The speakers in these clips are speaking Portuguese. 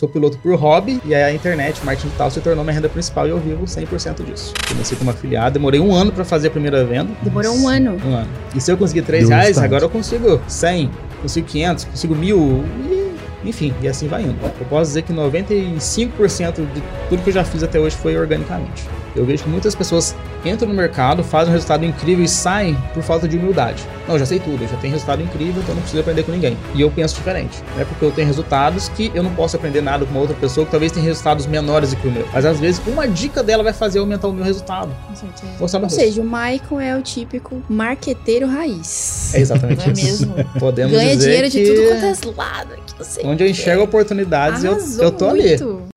Sou piloto por hobby e aí a internet, marketing digital se tornou minha renda principal e eu vivo 100% disso. Comecei como afiliado, demorei um ano para fazer a primeira venda. Demorou um ano. Um ano. E se eu conseguir 3 Deu um reais, instante. agora eu consigo 100, consigo 500, consigo 1000 e enfim, e assim vai indo. Eu posso dizer que 95% de tudo que eu já fiz até hoje foi organicamente. Eu vejo que muitas pessoas entram no mercado, fazem um resultado incrível e saem por falta de humildade. Não, eu já sei tudo, eu já tenho resultado incrível, então eu não preciso aprender com ninguém. E eu penso diferente. Não é porque eu tenho resultados que eu não posso aprender nada com uma outra pessoa que talvez tenha resultados menores do que o meu. Mas às vezes uma dica dela vai fazer eu aumentar o meu resultado. Com certeza. Mostrar meu Ou rosto. seja, o Maicon é o típico marqueteiro raiz. É Não exatamente é isso. mesmo? Podemos Ganha dizer dinheiro de que tudo quanto é lado. Que não sei Onde eu enxergo oportunidades, eu, Arrasou eu tô ali. muito.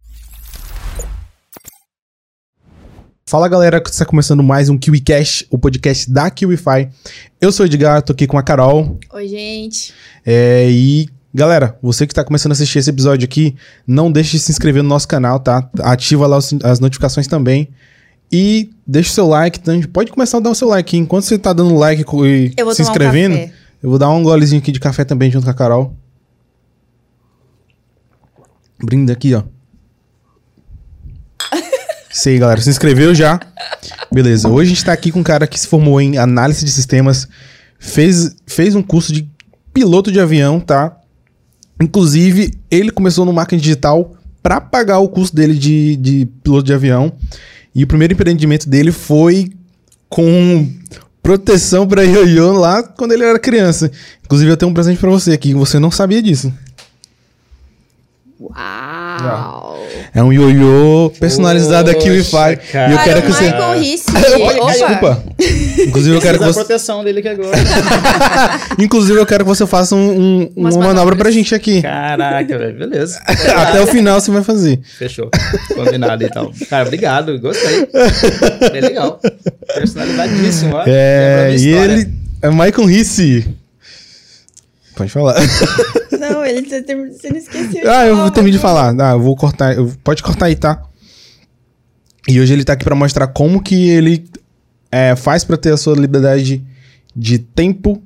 Fala galera, que está começando mais um KiwiCast, o podcast da KiwiFi. Eu sou o Edgar, tô aqui com a Carol. Oi, gente. É, e galera, você que está começando a assistir esse episódio aqui, não deixe de se inscrever no nosso canal, tá? Ativa lá os- as notificações também. E deixa o seu like, tá? pode começar a dar o seu like. hein? Enquanto você tá dando like co- e Eu vou se tomar inscrevendo, um café. eu vou dar um golezinho aqui de café também junto com a Carol. Brinda aqui, ó. Isso aí, galera. Se inscreveu já? Beleza. Hoje a gente tá aqui com um cara que se formou em análise de sistemas, fez, fez um curso de piloto de avião, tá? Inclusive, ele começou no marketing digital pra pagar o curso dele de, de piloto de avião. E o primeiro empreendimento dele foi com proteção pra ioiô lá quando ele era criança. Inclusive, eu tenho um presente pra você aqui, você não sabia disso. Uau. É um ioiô personalizado aqui, o Poxa, Wi-Fi. E eu cara. Para quero o que você. Maicon Risse. Opa, Opa. desculpa. Inclusive, eu quero Precisa que da você. proteção dele aqui agora. Inclusive, eu quero que você faça um- um- uma Umas manobra manobras. pra gente aqui. Caraca, velho. Beleza. Até o final você vai fazer. Fechou. Combinado e tal. Cara, obrigado. Gostei. Bem legal. Personalizadíssimo, ó. Lembra a É, minha e história. ele é Michael Risse. Pode falar. Não, ele você tem- você não esqueceu. ah, eu falar, terminei de Maicon. falar. Ah, eu vou cortar. eu- pode cortar aí, tá? E hoje ele tá aqui pra mostrar como que ele é, faz pra ter a sua liberdade de tempo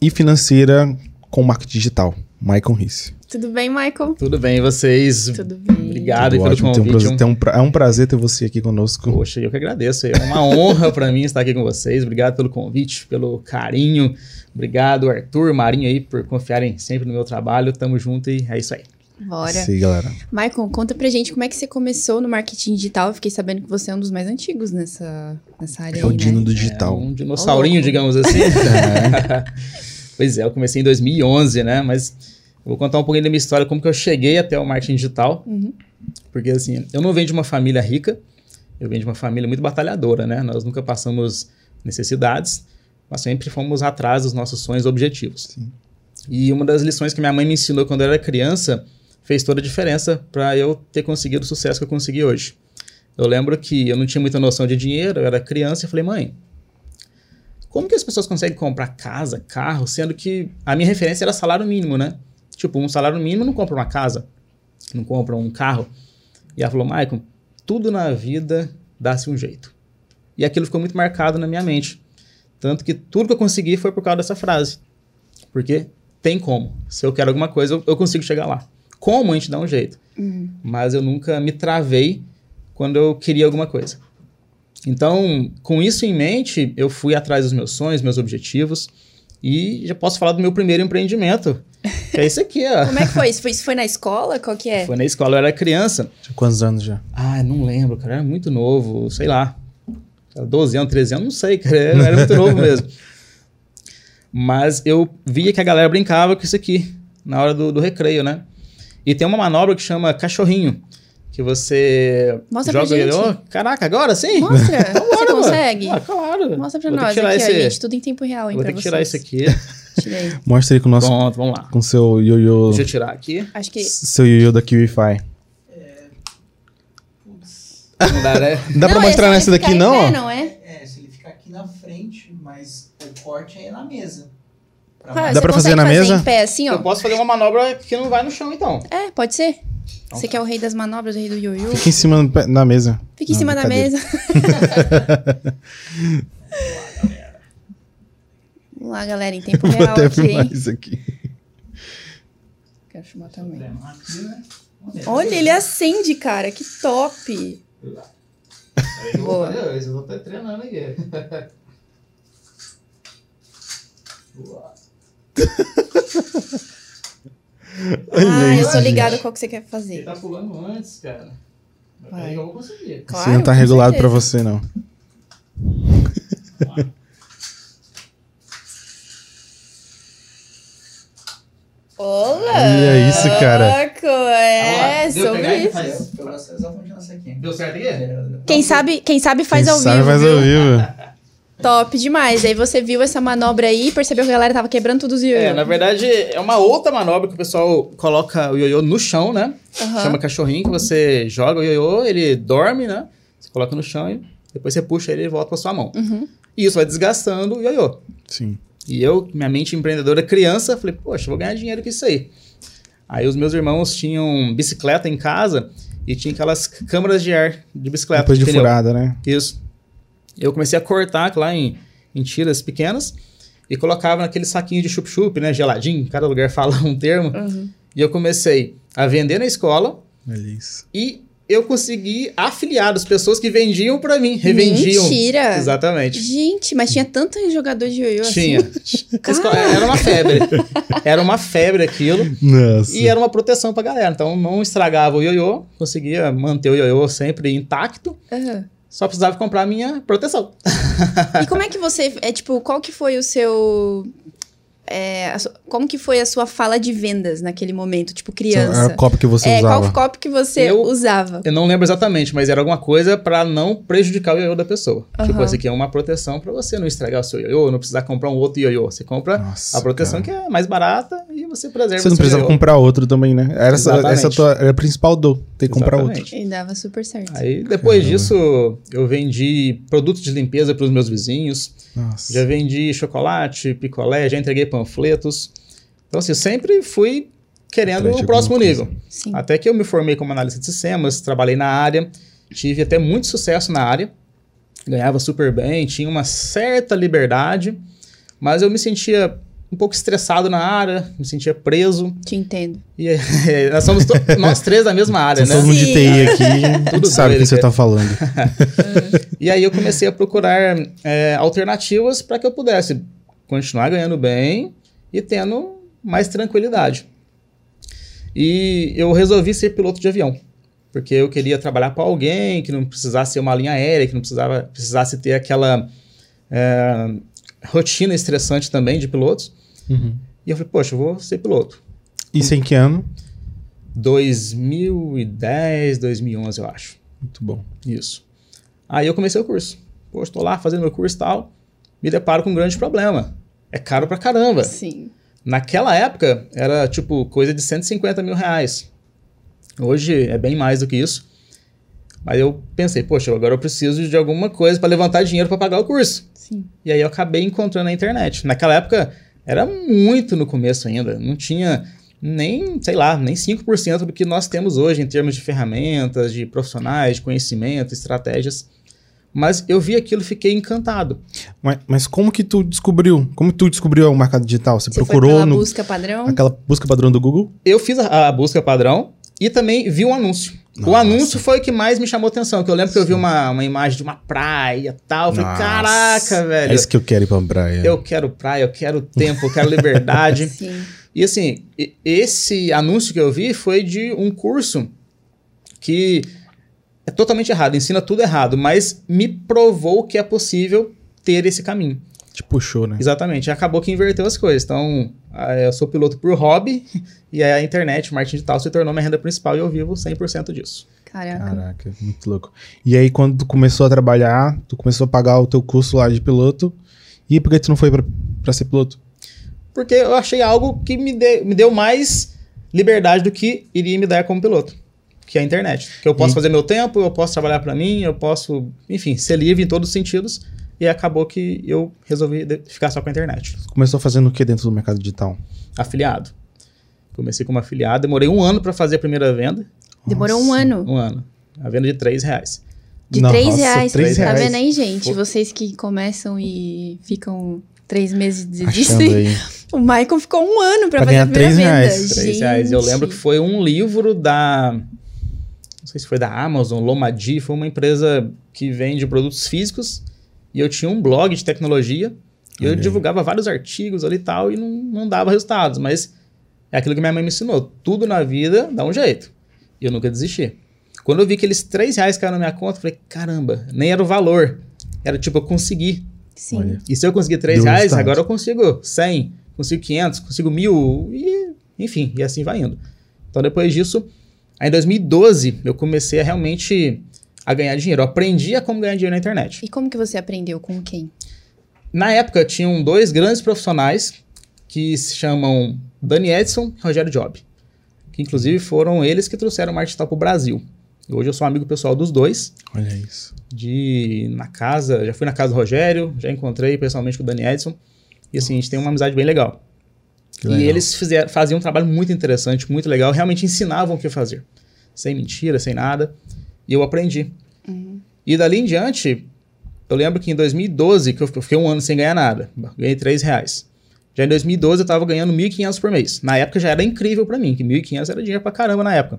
e financeira com marketing digital. Michael Risse. Tudo bem, Maicon? Tudo bem, vocês? Tudo bem. Obrigado Tudo pelo ótimo, tem um convite. prazer- tem um pra- é um prazer ter você aqui conosco. Poxa, eu que agradeço. É uma honra pra mim estar aqui com vocês. Obrigado pelo convite, pelo carinho. Obrigado, Arthur, Marinho aí, por confiarem sempre no meu trabalho. Tamo junto e é isso aí. Bora. Sim, galera. Maicon, conta pra gente como é que você começou no marketing digital. Eu fiquei sabendo que você é um dos mais antigos nessa, nessa área É o aí, Dino né? do É digital. um dinossaurinho, Ô, louco. digamos assim. pois é, eu comecei em 2011, né? Mas eu vou contar um pouquinho da minha história, como que eu cheguei até o marketing digital. Uhum. Porque, assim, eu não venho de uma família rica, eu venho de uma família muito batalhadora, né? Nós nunca passamos necessidades, mas sempre fomos atrás dos nossos sonhos e objetivos. E uma das lições que minha mãe me ensinou quando eu era criança fez toda a diferença para eu ter conseguido o sucesso que eu consegui hoje. Eu lembro que eu não tinha muita noção de dinheiro, eu era criança e falei, mãe, como que as pessoas conseguem comprar casa, carro, sendo que a minha referência era salário mínimo, né? Tipo, um salário mínimo não compra uma casa, não compra um carro. E ela falou, Maicon, tudo na vida dá-se um jeito. E aquilo ficou muito marcado na minha mente. Tanto que tudo que eu consegui foi por causa dessa frase. Porque tem como. Se eu quero alguma coisa, eu, eu consigo chegar lá. Como a gente dá um jeito. Mas eu nunca me travei quando eu queria alguma coisa. Então, com isso em mente, eu fui atrás dos meus sonhos, meus objetivos. E já posso falar do meu primeiro empreendimento. Que é esse aqui, ó. Como é que foi? Isso foi, isso foi na escola? Qual que é? Foi na escola, eu era criança. Tinha Quantos anos já? Ah, não lembro, cara. Eu era muito novo, sei lá. Era 12 anos, 13 anos, não sei, cara. Eu era muito novo mesmo. Mas eu via que a galera brincava com isso aqui, na hora do, do recreio, né? E tem uma manobra que chama cachorrinho. Que você. Mostra joga pra ele. gente. Ô, caraca, agora sim? Mostra, você Bora, mano. consegue? Ah, claro. Mostra pra Vou ter que nós tirar aqui, esse- ó, gente. Tudo em tempo real, hein, Vou pra ter que tirar isso vocês. aqui. Tirei. Mostra aí com o nosso. Pronto, vamos lá. Com seu ioiô. Deixa eu tirar aqui. Acho que... Seu ioiô da KiwiFi. Não dá, né? Dá pra Não, mostrar esse nessa vai ficar daqui, em não? pé, ó? não é? É, se ele ficar aqui na frente, mas o corte é na mesa. Pra Ah, Dá você pra fazer consegue na mesa? em pé, assim, ó. Eu posso fazer uma manobra que não vai no chão, então. É, pode ser. Então você tá. que é o rei das manobras, o rei do ioiô. Fica em cima do pé- na mesa. Fica em Não, cima da brincadeira. mesa. Vamos lá, galera, em É, tempo Vou real até aqui, filmar hein? isso aqui. Quero filmar também. mais. Olha, ele acende, cara. Que top. Eu vou Boa. fazer hoje, eu vou estar tá treinando aqui. Boa. Ah, eu gente. sou ligada qual que você quer Ele fazer. tá pulando antes, cara. Mas Vai. peraí que eu vou conseguir. Claro, Você não tá com regulado pra certeza. você, não. Olá! Olha é isso, cara. Louco, é, Vamos lá, deu pra sobre pegar? isso. Faz. Eu gosto exatamente dessa aqui. Deu certo aqui? Quem sabe, quem sabe faz Quem ao sabe vivo. faz viu? ao vivo. Top demais. Aí você viu essa manobra aí e percebeu que a galera tava quebrando tudo os É, ioiô. na verdade, é uma outra manobra que o pessoal coloca o ioiô no chão, né? Aham. Chama cachorrinho, que você joga o ioiô, ele dorme, né? Você coloca no chão e depois você puxa ele e volta pra sua mão. Uhum. E isso vai desgastando o ioiô. Sim. E eu, minha mente empreendedora criança, falei, poxa, vou ganhar dinheiro com isso aí. Aí os meus irmãos tinham bicicleta em casa e tinha aquelas c- câmaras de ar de bicicleta. Depois de pneu. furada, né? Isso. Eu comecei a cortar lá em, em tiras pequenas e colocava naquele saquinho de chup-chup, né? Geladinho, cada lugar fala um termo. Uhum. E eu comecei a vender na escola Olha isso. e eu consegui afiliar as pessoas que vendiam pra mim, revendiam. Mentira. Exatamente. Gente, mas tinha tanto jogador de ioiô assim. Tinha. Escola- Era uma febre. Era uma febre aquilo. Nossa. E era uma proteção pra galera. Então não estragava o ioiô, conseguia manter o ioiô sempre intacto. Aham. Só precisava comprar minha proteção. E como é que você. É tipo, qual que foi o seu. é, a su- como que foi a sua fala de vendas naquele momento, tipo Era criança? a copa que você É, Ah, usava. qual copo que você Eu- usava? Eu não lembro exatamente, mas era alguma coisa pra não prejudicar o ioiô da pessoa. Tipo, Aham. essa aqui é uma proteção pra você não estragar o seu ioiô, não precisar comprar um outro ioiô. Você compra Nossa, a proteção cara. que é mais barata e você preserva Você não o seu precisava ioiô. comprar outro também, né? Era essa, Exatamente. essa tua, era a principal dor, ter que comprar outro. Exatamente. E dava super certo. Aí depois Caramba. disso, eu vendi produtos de limpeza pros meus vizinhos. Nossa. Já vendi chocolate, picolé, já entreguei panfletos. Então, assim, eu sempre fui querendo Atrás de o próximo alguma coisa. nível. Sim. Até que eu me formei como analista de sistemas, trabalhei na área, tive até muito sucesso na área, ganhava super bem, tinha uma certa liberdade, mas eu me sentia um pouco estressado na área, me sentia preso. Te entendo. E eh, nós somos to- nós três da mesma área, São né? todo mundo de Sim. TI aqui, Tudo tudo sabe o que doido, você cara. tá falando. E aí eu comecei a procurar é, alternativas para que eu pudesse continuar ganhando bem e tendo mais tranquilidade. E eu resolvi ser piloto de avião, porque eu queria trabalhar para alguém que não precisasse ser uma linha aérea, que não precisava, precisasse ter aquela é, rotina estressante também de pilotos. E eu falei, poxa, eu vou ser piloto. Isso em que ano? 2010, 2011, eu acho. Muito bom. Isso. Aí eu comecei o curso. Pô, estou lá fazendo meu curso e tal. Me deparo com um grande problema. É caro pra caramba. Sim. Naquela época, era tipo coisa de 150 mil reais. Hoje é bem mais do que isso. Mas eu pensei, poxa, agora eu preciso de alguma coisa para levantar dinheiro para pagar o curso. Sim. E aí eu acabei encontrando na internet. Naquela época, era muito no começo ainda. Não tinha nem, sei lá, nem 5% do que nós temos hoje em termos de ferramentas, de profissionais, de conhecimento, estratégias. Mas eu vi aquilo e fiquei encantado. Mas, mas como que tu descobriu? Como que tu descobriu o mercado digital? Você, Você foi procurou pela no, busca padrão? aquela busca padrão do Google? Eu fiz a, a busca padrão e também vi um anúncio. O Nossa. anúncio foi o que mais me chamou atenção, que eu lembro que eu vi uma, uma imagem de uma praia e tal. Eu falei, Nossa, caraca, velho. É isso que é." eu quero ir pra praia. Eu quero praia, eu quero tempo, eu quero liberdade. Sim. E assim, e- esse anúncio que eu vi foi de um curso que é totalmente errado, ensina tudo errado, mas me provou que é possível ter esse caminho. Te puxou, né? Exatamente, acabou que inverteu as coisas. Então, ah, eu sou piloto por hobby e aí a internet, o marketing digital se tornou minha renda principal e eu vivo 100% disso. Caraca. Caraca, muito louco. E aí, quando tu começou a trabalhar, tu começou a pagar o teu curso lá de piloto. E por que tu não foi pra, pra ser piloto? Porque eu achei algo que me, de- me deu mais liberdade do que iria me dar como piloto, que é a internet. Que eu posso E- fazer meu tempo, eu posso trabalhar pra mim, eu posso, enfim, ser livre em todos os sentidos. E acabou que eu resolvi de- ficar só com a internet. Tu começou fazendo o que dentro do mercado digital? Afiliado. Comecei como afiliado, demorei um ano pra fazer a primeira venda. Demorou um Nossa. ano. Um ano. A venda de três reais. De Nossa, três reais. três tá reais. vendo aí, gente? Pô. Vocês que começam e ficam três meses de Achando Disney. aí. O Michael ficou um ano pra, Pra fazer a ganhar primeira três venda. reais. Três Gente. reais. Eu lembro que foi um livro da. Não sei se foi da Amazon, Lomadi, foi uma empresa que vende produtos físicos. E eu tinha um blog de tecnologia. E eu Olha aí. divulgava vários artigos ali e tal, e não, não dava resultados. Mas é aquilo que minha mãe me ensinou. Tudo na vida dá um jeito. E eu nunca desisti. Quando eu vi aqueles três reais caíram na minha conta, eu falei, caramba, nem era o valor. Era tipo, eu consegui. Sim. Olha. E se eu conseguir 3 Deu reais, resultado. agora eu consigo 100, consigo 500, consigo 1000 e enfim, e assim vai indo. Então depois disso, aí em 2012 eu comecei a realmente a ganhar dinheiro. Eu aprendi a como ganhar dinheiro na internet. E como que você aprendeu? Com quem? Na época tinham dois grandes profissionais que se chamam Dani Edson e Rogério Job, que inclusive foram eles que trouxeram o marketing para o Brasil. E Hoje eu sou amigo pessoal dos dois Olha isso. de ir na casa, já fui na casa do Rogério, já encontrei pessoalmente com o Dani Edson. E assim, a gente tem uma amizade bem legal. Que legal. E eles fizeram, faziam um trabalho muito interessante, muito legal, realmente ensinavam o que fazer. Sem mentira, sem nada. E eu aprendi. E dali em diante, eu lembro que em 2012, que eu fiquei um ano sem ganhar nada, ganhei 3 reais. Já em 2012 eu estava ganhando 1.500 por mês. Na época já era incrível para mim, que 1.500 era dinheiro pra caramba na época.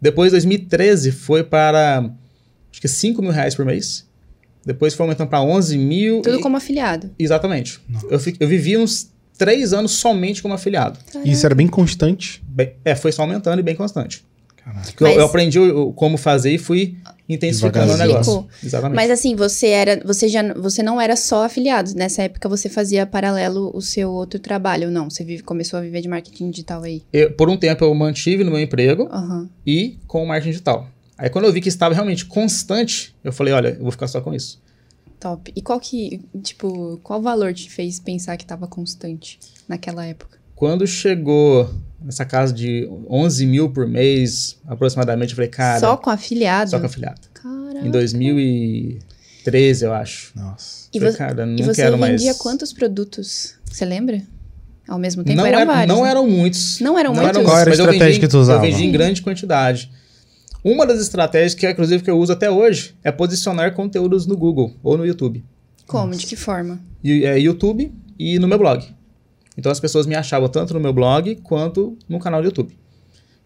Depois, 2013 foi para acho que 5 mil reais por mês. Depois foi aumentando para 11 mil. Tudo e- como afiliado. Exatamente. Eu, fi- eu vivi uns três anos somente como afiliado. E isso era bem constante. Bem- é, foi só aumentando e bem constante. Caraca. Porque eu- Mas- eu, aprendi o- o como fazer e fui intensificando o Devagarzinho. negócio. é Exatamente. Mas assim, você era, você já, você não era só afiliado. Nessa época você fazia paralelo o seu outro trabalho, não? Você vive- começou a viver de marketing digital aí. Eu- por um tempo eu mantive no meu emprego Aham. e com o marketing digital. Aí quando eu vi que estava realmente constante, eu falei, olha, eu vou ficar só com isso. Top. E qual que, tipo, qual valor te fez pensar que tava constante naquela época? Quando chegou nessa casa de 11 mil por mês, aproximadamente, eu falei, cara, só com afiliado? só com afiliado. Caraca. Em 2013, eu acho. Nossa. E, Falei, vo- cara, não e você quero mais. vendia quantos produtos? Você lembra? Ao mesmo tempo Não, eram era- vários. não né? eram muitos. Não eram muitos? Qual era a mas eu estratégia vendi- que tu usava? Eu vendi em grande quantidade. Uma das estratégias que, inclusive, que eu uso até hoje é posicionar conteúdos no Google ou no YouTube. Como? De que forma? E- é, YouTube e no meu blog. Então as pessoas me achavam tanto no meu blog quanto no canal do YouTube.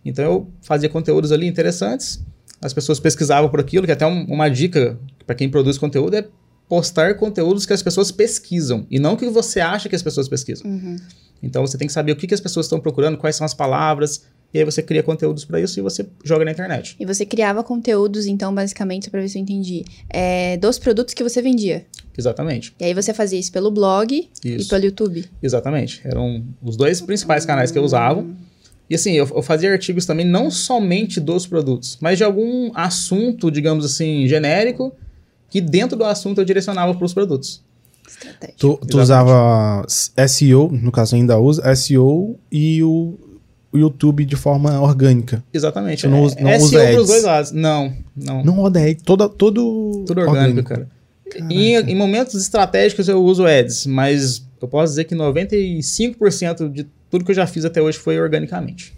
Então eu fazia conteúdos ali interessantes, as pessoas pesquisavam por aquilo, que até um- uma dica para quem produz conteúdo é postar conteúdos que as pessoas pesquisam e não que você acha que as pessoas pesquisam. Uhum. Então você tem que saber o que, que as pessoas estão procurando, quais são as palavras, e aí você cria conteúdos para isso e você joga na internet. E você criava conteúdos, então, basicamente, pra ver se eu entendi, é, dos produtos que você vendia. Exatamente. E aí você fazia isso pelo blog e Isso. pelo YouTube. Exatamente. Eram os dois principais canais que eu usava. E assim, eu, eu fazia artigos também não somente dos produtos, mas de algum assunto, digamos assim, genérico, que dentro do assunto eu direcionava para os produtos. Estratégia. Tu, tu Exatamente. usava SEO, no caso ainda usa, SEO e o, o YouTube de forma orgânica. Exatamente. Tu não usa- não SEO usa pros ads? dois lados. Não, não. Não roda aí, toda, todo. Tudo orgânico, cara. E em, em momentos estratégicos eu uso ads, mas eu posso dizer que 95% de tudo que eu já fiz até hoje foi organicamente.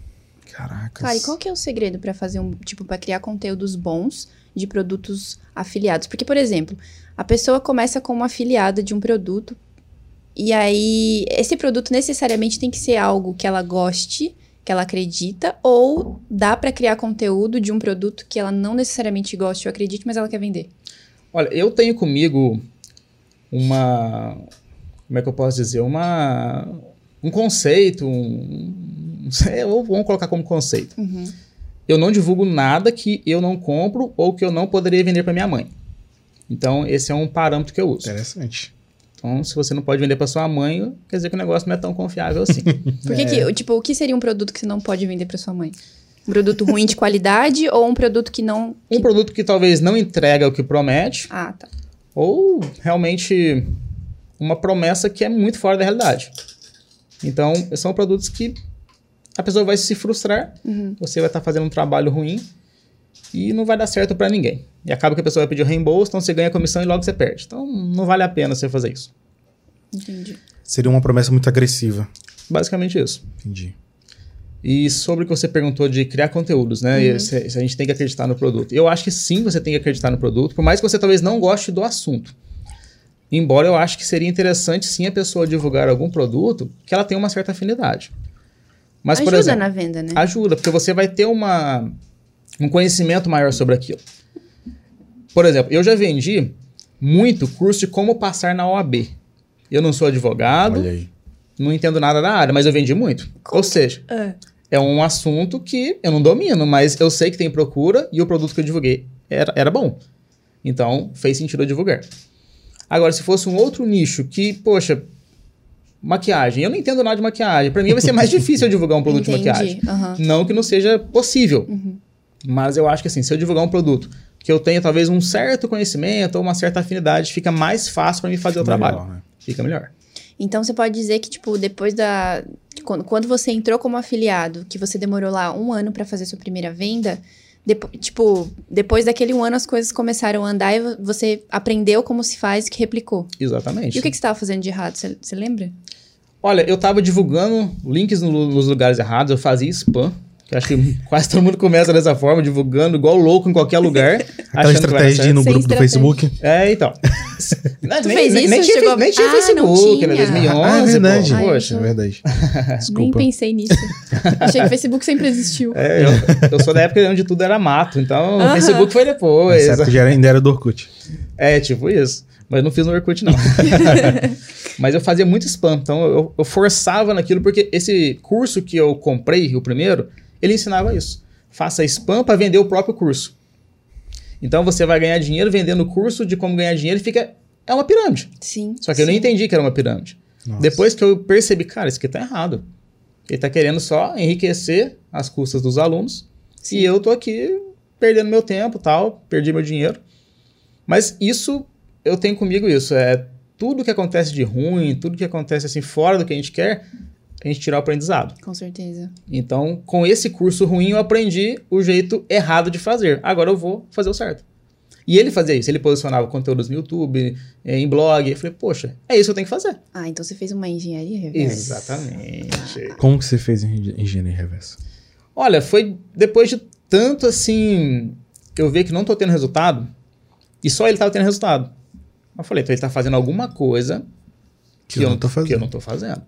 Caraca. Cara, e qual que é o segredo pra fazer um, tipo, pra criar conteúdos bons de produtos afiliados? Porque, por exemplo, a pessoa começa como afiliada de um produto e aí esse produto necessariamente tem que ser algo que ela goste, que ela acredita, ou dá pra criar conteúdo de um produto que ela não necessariamente goste ou acredite, mas ela quer vender. Olha, eu tenho comigo uma. Como é que eu posso dizer? Uma. Um conceito, um. Não sei, ou vamos colocar como conceito. Uhum. Eu não divulgo nada que eu não compro ou que eu não poderia vender para minha mãe. Então, esse é um parâmetro que eu uso. Interessante. Então, se você não pode vender para sua mãe, quer dizer que o negócio não é tão confiável assim. Por que, que, tipo, o que seria um produto que você não pode vender pra sua mãe? Um produto ruim de qualidade ou um produto que não. Um produto que talvez não entrega o que promete, Ah, tá. ou realmente uma promessa que é muito fora da realidade. Então, são produtos que a pessoa vai se frustrar, Uhum. você vai estar fazendo um trabalho ruim e não vai dar certo para ninguém. E acaba que a pessoa vai pedir reembolso, então você ganha comissão e logo você perde. Então, não vale a pena você fazer isso. Entendi. Seria uma promessa muito agressiva. Basicamente isso. Entendi. E sobre o que você perguntou de criar conteúdos, né? Uhum. E Se, se a gente tem que acreditar no produto. Eu acho que sim, você tem que acreditar no produto, por mais que você talvez não goste do assunto. Embora eu acho que seria interessante sim a pessoa divulgar algum produto que ela tenha uma certa afinidade. Mas, Ajuda por exemplo, na venda, né? Ajuda, porque você vai ter uma, um conhecimento maior sobre aquilo. Por exemplo, eu já vendi muito curso de como passar na OAB. Eu não sou advogado, Olha aí. não entendo nada da área, mas eu vendi muito. Como Ou seja, Ah. é um assunto que eu não domino, mas eu sei que tem procura e o produto que eu divulguei era, era bom. Então, fez sentido eu divulgar. Agora, se fosse um outro nicho que, poxa, maquiagem, eu não entendo nada de maquiagem. Pra mim vai ser mais difícil eu divulgar um produto de maquiagem. Entendi. aham. Não que não seja possível. Uhum. Mas eu acho que assim, se eu divulgar um produto que eu tenha talvez um certo conhecimento ou uma certa afinidade, fica mais fácil pra mim fazer o trabalho. Melhor, né? Fica melhor. Então você pode dizer que, tipo, depois da. de Quando, quando você entrou como afiliado, que você demorou lá um ano pra fazer sua primeira venda, depo- tipo, depois daquele um ano as coisas começaram a andar e vo- você aprendeu como se faz e que replicou. Exatamente. E o que, que você tava fazendo de errado? Você você lembra? Olha, eu tava divulgando links no- nos lugares errados, eu fazia spam. Que eu acho que quase todo mundo começa dessa forma, divulgando igual louco em qualquer lugar. achando Aquela que vai dar estratégia de ir no Sem grupo do estratégia. Facebook. certo. É, então. Não, Tu fez isso? Nem tinha, Chegou- nem tinha Ah, não Facebook, né? tinha. 2011, Ah, é verdade. pô. Ai, Poxa. É verdade. Nem Desculpa. pensei nisso. Achei que o Facebook sempre existiu. É, eu, eu sou da época onde tudo era mato, então o Aham. Facebook foi depois. Nessa época já era, ainda era do Orkut. É, tipo isso. Mas não fiz no Orkut, não. Mas eu fazia muito spam, então eu, eu forçava naquilo, porque esse curso que eu comprei, o primeiro, ele ensinava isso. Faça spam para vender o próprio curso. Então você vai ganhar dinheiro vendendo o curso de como ganhar dinheiro e fica. É uma pirâmide. Sim. Só que eu não entendi que era uma pirâmide. Nossa. Depois que eu percebi, cara, isso aqui tá errado. Ele tá querendo só enriquecer as custas dos alunos. E eu tô aqui perdendo meu tempo tal, perdi meu dinheiro. Mas isso, eu tenho comigo isso. É tudo que acontece de ruim, tudo que acontece assim fora do que a gente quer, a gente tira o aprendizado. Com certeza. Então, com esse curso ruim, eu aprendi o jeito errado de fazer. Agora eu vou fazer o certo. E ele fazia isso, ele posicionava conteúdos no YouTube, eh, em blog. Eu falei, poxa, é isso que eu tenho que fazer. Ah, então você fez uma engenharia reversa. Exatamente. Como que você fez em engen- engenharia reversa? Olha, foi depois de tanto assim eu ver que não tô tendo resultado, e só ele tava tendo resultado. Eu falei, então ele tá fazendo alguma coisa que, eu, não tô fazendo. que eu não tô fazendo.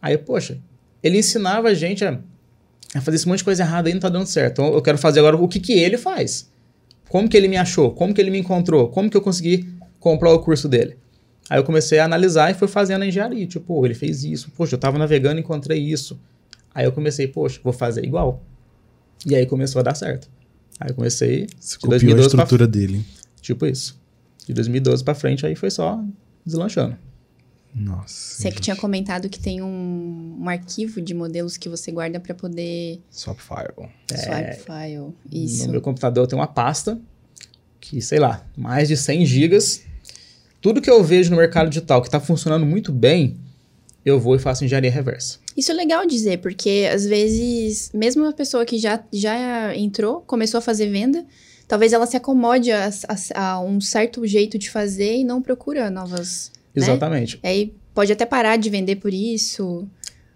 Aí, poxa, ele ensinava a gente a, a fazer esse monte de coisa errada e não tá dando certo. Então eu quero fazer agora o que, que ele faz. Como que ele me achou? Como que ele me encontrou? Como que eu consegui comprar o curso dele? Aí eu comecei a analisar e fui fazendo a engenharia. Tipo, pô, ele fez isso. Poxa, eu tava navegando e encontrei isso. Aí eu comecei, poxa, vou fazer igual. E aí começou a dar certo. Aí eu comecei, Você De copiou a 2012 pra- estrutura dele. tipo isso. De 2012 pra frente, aí foi só deslanchando. Nossa. Você que gente. tinha comentado que tem um, um arquivo de modelos que você guarda pra poder Swap file. swipe file. No Isso. meu computador eu tenho uma pasta que, sei lá, mais de 100 gigas. Tudo que eu vejo no mercado digital que está funcionando muito bem, eu vou e faço engenharia reversa. Isso é legal dizer, porque às vezes, mesmo uma pessoa que já, já entrou, começou a fazer venda, talvez ela se acomode a, a- a um certo jeito de fazer e não procura novas. Né? Exatamente. Aí pode até parar de vender por isso.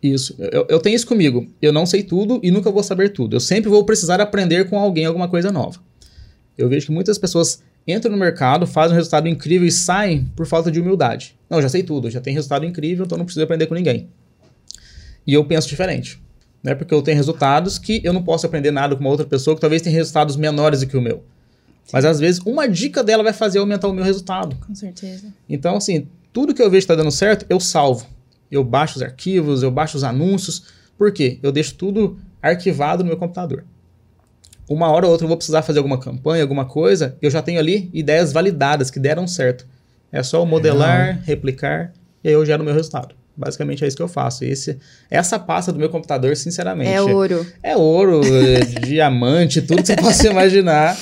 Isso. Eu, eu tenho isso comigo. Eu não sei tudo e nunca vou saber tudo. Eu sempre vou precisar aprender com alguém alguma coisa nova. Eu vejo que muitas pessoas entram no mercado, fazem um resultado incrível e saem por falta de humildade. Não, eu já sei tudo, eu já tenho resultado incrível, então não preciso aprender com ninguém. E eu penso diferente. Não é porque eu tenho resultados que eu não posso aprender nada com uma outra pessoa que talvez tenha resultados menores do que o meu. Mas às vezes uma dica dela vai fazer aumentar o meu resultado. Com certeza. Então, assim, tudo que eu vejo que tá dando certo, eu salvo. Eu baixo os arquivos, eu baixo os anúncios. Por quê? Eu deixo tudo arquivado no meu computador. Uma hora ou outra eu vou precisar fazer alguma campanha, alguma coisa, eu já tenho ali ideias validadas que deram certo. É só eu modelar, replicar, e aí eu gero o meu resultado. Basicamente é isso que eu faço. Esse, essa pasta do meu computador, sinceramente, É ouro. é ouro, é diamante, tudo que você possa imaginar.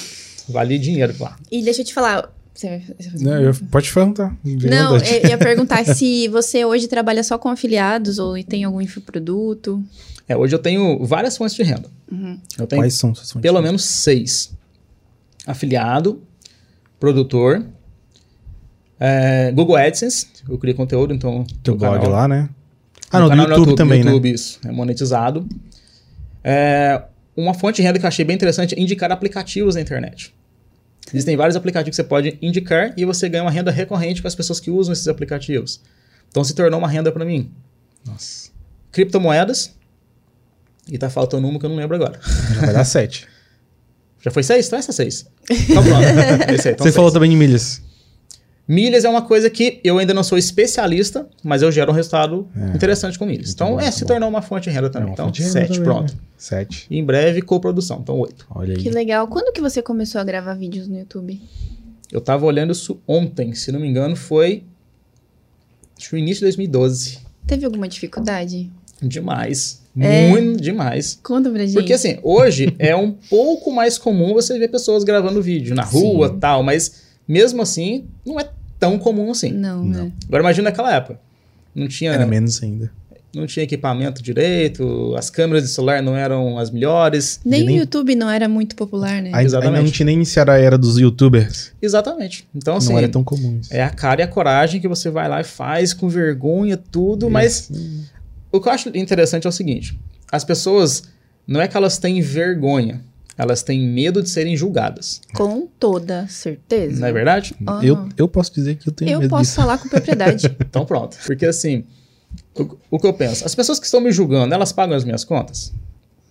Vale dinheiro, claro. E deixa eu te falar. Você... Não, eu- pode perguntar. fica à Não, é- vontade. eu ia perguntar se você hoje trabalha só com afiliados ou tem algum infoproduto. É, hoje eu tenho várias fontes de renda. Uhum. Eu tenho Tipo, Quais são suas fontes? pelo menos seis. Afiliado, produtor, é, Google AdSense, eu crio conteúdo, então... Teu no blog canal- lá, né? Ah, no não, do canal YouTube, também, né? YouTube, isso. É monetizado. Eh, É, uma fonte de renda que eu achei bem interessante é indicar aplicativos na internet. Existem vários aplicativos que você pode indicar e você ganha uma renda recorrente com as pessoas que usam esses aplicativos. Então se tornou uma renda para mim. Nossa. Criptomoedas. E tá faltando uma que eu não lembro agora. Já vai dar 7. Já foi seis? Então essa é seis. Tá bom. Esse aí, então Você seis. falou também de milhas. Milhas é uma coisa que eu ainda não sou especialista, mas eu gero um resultado É. interessante com milhas. Muito Então, bom, é, muito se bom. tornou uma fonte de renda também. É uma então, fonte de renda sete, também, né? pronto. 7. E em breve, coprodução. Então, oito. Olha aí. Que legal. Quando que você começou a gravar vídeos no YouTube? Eu tava olhando isso ontem, se não me engano, foi. Acho que no início de 2012. Teve alguma dificuldade? Demais. É. Muito demais. Conta pra gente. Porque assim, hoje é um pouco mais comum você ver pessoas gravando vídeo na rua Sim. tal, mas mesmo assim, não é tão comum assim. Não, Não. né? Agora imagina naquela época. Não tinha, Era menos ainda. não tinha equipamento direito, as câmeras de celular não eram as melhores. Nem, nem- o YouTube não era muito popular, né? Ainda- Ainda não Exatamente. tinha nem iniciado a era dos youtubers. Exatamente. Então, assim, não era tão comum isso. é a cara e a coragem que você vai lá e faz com vergonha, tudo, mas Hum. O que eu acho interessante é o seguinte: as pessoas não é que elas têm vergonha, elas têm medo de serem julgadas. Com toda certeza. Não é verdade? Aham. Eu, eu posso dizer que eu tenho Ah, Eu medo posso disso. falar com propriedade. Então pronto. Porque assim, o, o que eu penso? As pessoas que estão me julgando, elas pagam as minhas contas?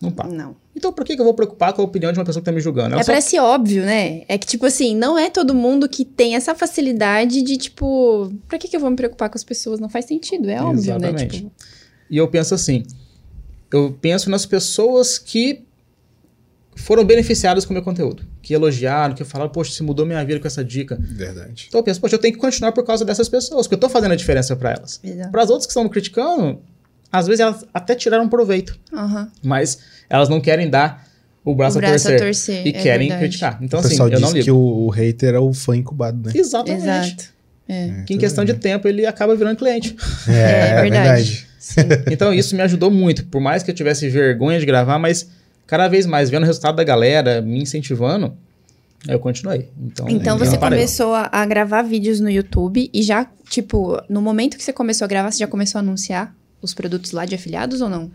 Não pagam. não. Então por que, que eu vou preocupar com a opinião de uma pessoa que está me julgando? Ela É, só- parece óbvio, né? É que, tipo assim, não é todo mundo que tem essa facilidade de, tipo, pra que, que eu vou me preocupar com as pessoas? Não faz sentido, é óbvio, né? Exatamente. Tipo, E eu penso assim: eu penso nas pessoas que foram beneficiadas com o meu conteúdo, que elogiaram, que falaram, poxa, você mudou minha vida com essa dica. Verdade. Então eu penso, poxa, eu tenho que continuar por causa dessas pessoas, porque eu estou fazendo a diferença para elas. exato. Para as outras que estão me criticando, às vezes elas até tiraram proveito, Aham. mas elas não querem dar o braço, o braço a a torcer torcer. e é querem verdade. criticar. Então, o assim, pessoal eu não diz que ligo. o, o hater é o fã incubado, né? Exatamente. Exato. É. Que em questão de tempo ele acaba virando cliente. É, é verdade. Sim. Então, isso me ajudou muito. Por mais que eu tivesse vergonha de gravar, mas cada vez mais, vendo o resultado da galera, me incentivando, eu continuei. Então, Então eu não você parei. começou a, a gravar vídeos no YouTube e já, tipo, no momento que você começou a gravar, você já começou a anunciar os produtos lá de afiliados ou não?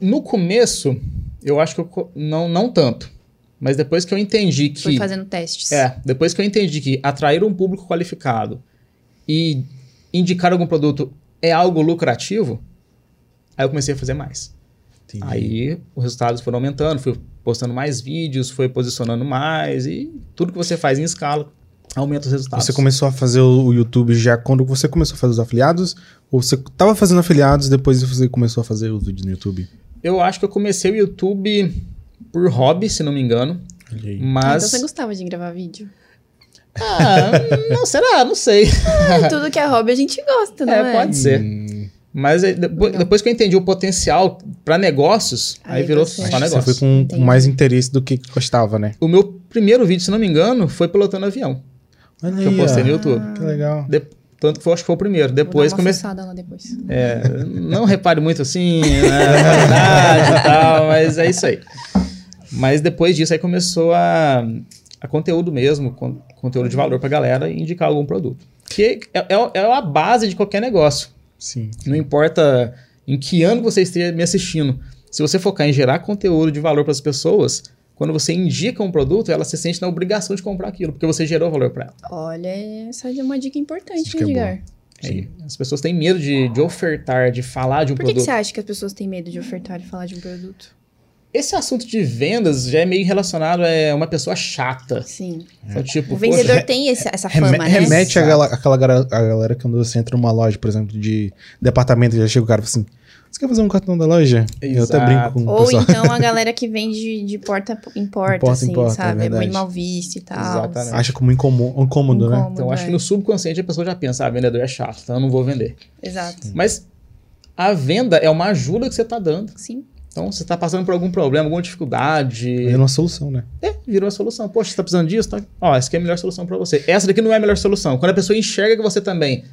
No começo, eu acho que eu co- não, não tanto. Mas depois que eu entendi que. Foi fazendo testes. Ah, É, depois que eu entendi que atrair um público qualificado e indicar algum produto é algo lucrativo, aí eu comecei a fazer mais. Entendi. Aí os resultados foram aumentando, fui postando mais vídeos, fui posicionando mais e tudo que você faz em escala aumenta os resultados. Você começou a fazer o o YouTube já quando você começou a fazer os afiliados? Ou você tava fazendo afiliados depois você começou a fazer os vídeos no YouTube? Eu acho que eu comecei o YouTube por hobby, se não me engano, Olha aí. Ah, Então mas você tá. gostava de gravar vídeo. ah, não será, não sei. É, tudo que é hobby a gente gosta, não é? É, pode ser. Hum, Mas aí, depo- Legal. depois que eu entendi o potencial para negócios, aí, Aí virou você- só Acho Você negócio. foi com, com Entendi. mais interesse do que gostava, né? O meu primeiro vídeo, se não me engano, foi pilotando avião. Olha Que eu postei no ó. YouTube. Que legal. Tanto que foi, acho que foi o primeiro. Depois Depois comecei. comecei. lá depois. É, não repare muito assim, né? na qualidade e tal, mas é isso aí. Mas depois disso aí começou a, a conteúdo mesmo, con- conteúdo de valor pra galera e indicar algum produto. Que é, é, é a base de qualquer negócio. Sim. Não importa em que ano você esteja me assistindo. Se você focar em gerar conteúdo de valor para as pessoas, quando você indica um produto, ela se sente na obrigação de comprar aquilo, porque você gerou valor para ela. Olha, essa é uma dica importante, Isso hein, que é Edgar? Aí, as pessoas têm medo de, de ofertar, de falar de um Por que, que produto. você acha que as pessoas têm medo de ofertar e falar de um produto? Esse assunto de vendas já é meio relacionado a uma pessoa chata. Sim. Então, tipo, O vendedor é poxa, tem esse- essa Reme- fama, né? Remete àquela, àquela gara- à galera que quando você entra numa loja, por exemplo, de departamento, já chega o cara e fala assim: Você quer fazer um cartão da loja? Eu até Exato. brinco com o Ou um pessoal. então a galera que vende de porta em porta, De porta em assim, porta, é sabe? É verdade. muito mal visto e tal. Exatamente. Acha como incômodo, incômodo, né? então é. acho que no subconsciente a pessoa já pensa, ah, vendedor é chato, então eu não vou vender. Exato. Mas a venda é uma ajuda que você está dando. Sim. Então, você está passando por algum problema, alguma dificuldade, É uma solução, né? É, virou a solução. Poxa, você tá precisando disso? Tá... Ó, essa aqui é a melhor solução pra você. Essa daqui não é a melhor solução. Quando a pessoa enxerga que você também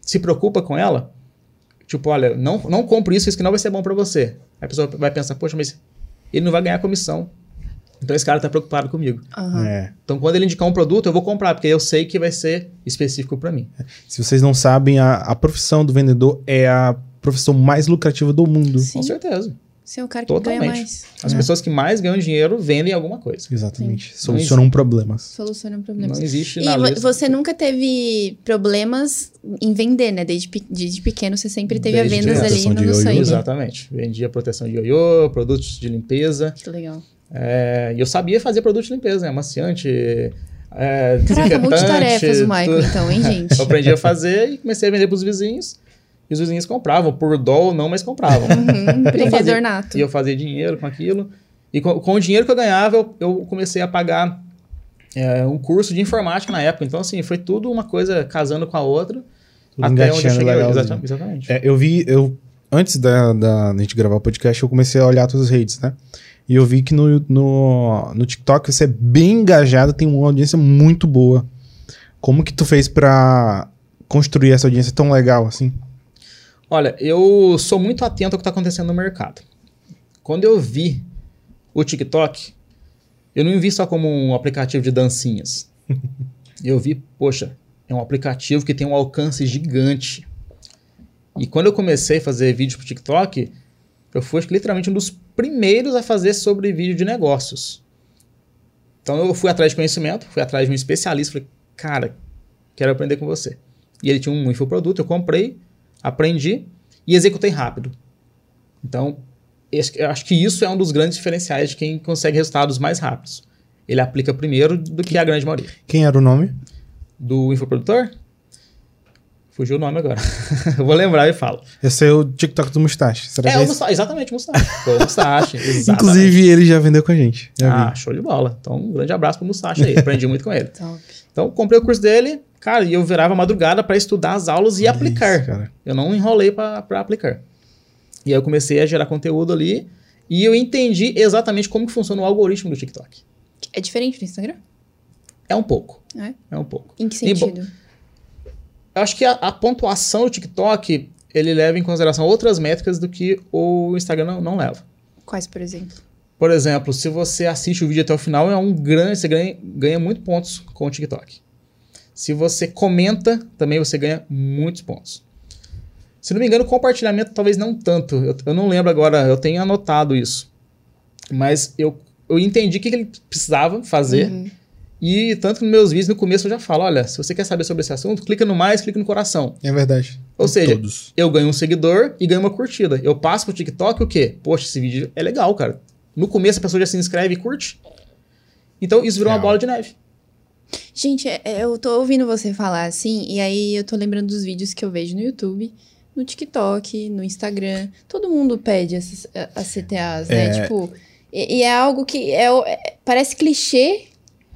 se preocupa com ela, tipo, olha, não, não compre isso, isso que não vai ser bom pra você. Aí a pessoa vai pensar, poxa, mas ele não vai ganhar comissão. Então esse cara tá preocupado comigo. Aham. É. Então quando ele indicar um produto, eu vou comprar, porque eu sei que vai ser específico pra mim. Se vocês não sabem, a, a profissão do vendedor é a profissão mais lucrativa do mundo. Sim. Com certeza. Você é o cara que Totalmente. ganha mais. né? As pessoas que mais ganham dinheiro vendem alguma coisa. Exatamente. um Solucionam problemas. Soluciona problemas. Não existe na E vo- lista. você nunca teve problemas em vender, né? Desde, pe- desde pequeno você sempre teve Desde a vendas ali criança. no, no Proteção de sangue. ioiô. Exatamente. Vendia proteção de ioiô, produtos de limpeza. Que legal. É, e eu sabia fazer produto de limpeza, né? Amaciante, é, Caraca, desinfetante, multitarefas o tudo. Michael, então, hein, gente? Eu aprendi a fazer e comecei a vender pros vizinhos. E os vizinhos compravam, por dó ou não, mas compravam. Uhum, empreendedor nato. e eu fazia dinheiro com aquilo. E com, com o dinheiro que eu ganhava, eu, eu comecei a pagar é, um curso de informática na época. Então, assim, foi tudo uma coisa casando com a outra. Tudo até onde eu engatinhando cheguei hoje. legalzinho. Exata- Exatamente. É, eu vi, eu antes da, da gente gravar o podcast, eu comecei a olhar todas as redes, né? E eu vi que no, no, no TikTok você é bem engajado, tem uma audiência muito boa. Como que tu fez pra construir essa audiência tão legal assim? Olha, eu sou muito atento ao que está acontecendo no mercado. Quando eu vi o TikTok, eu não vi só como um aplicativo de dancinhas. eu vi, poxa, é um aplicativo que tem um alcance gigante. E quando eu comecei a fazer vídeo pro TikTok, eu fui acho que, literalmente um dos primeiros a fazer sobre vídeo de negócios. Então eu fui atrás de conhecimento, fui atrás de um especialista, falei, cara, quero aprender com você. E ele tinha um infoproduto, eu comprei, aprendi e executei rápido. Então, esse- eu acho que isso é um dos grandes diferenciais de quem consegue resultados mais rápidos. Ele aplica primeiro do que a grande maioria. Quem era o nome? Do infoprodutor? Fugiu o nome agora. Eu Vou lembrar e falo. Esse é o TikTok do Mustache. Será É, o que é esse? Mustache, exatamente, o Mustache. Foi o Mustache, exatamente. Inclusive, né, ele já vendeu com a gente. Já vi. Ah, show de bola. Então, um grande abraço pro Mustache aí. Aprendi muito com ele. Top. Então, comprei o curso dele, cara, e eu virava madrugada para estudar as aulas e Olha aplicar. isso, cara. Eu não enrolei para aplicar. E aí eu comecei a gerar conteúdo ali e eu entendi exatamente como que funciona o algoritmo do TikTok. É diferente do Instagram? É um pouco. É? É um pouco. Em que E bom- sentido? Eu acho que a, a pontuação do TikTok, ele leva em consideração outras métricas do que o Instagram não, não leva. Quais, por exemplo? Por exemplo, se você assiste o vídeo até o final, é um grande, você ganha, ganha muito pontos com o TikTok. Se você comenta, também você ganha muitos pontos. Se não me engano, compartilhamento talvez não tanto. Eu, eu não lembro agora, eu tenho anotado isso. Mas eu, eu entendi o que, que ele precisava fazer. Uhum. E tanto que nos meus vídeos, no começo eu já falo: olha, se você quer saber sobre esse assunto, clica no mais, clica no coração. É verdade. Ou seja, Todos. eu ganho um seguidor e ganho uma curtida. Eu passo pro TikTok o quê? Poxa, esse vídeo é legal, cara. No começo a pessoa já se inscreve e curte. Então isso virou uma Real. bola de neve. Gente, é- é, eu tô ouvindo você falar assim, e aí eu tô lembrando dos vídeos que eu vejo no YouTube, no TikTok, no Instagram. Todo mundo pede essas, eh, as CTAs, né? É. Tipo, e, e é algo que é, o- é- parece clichê,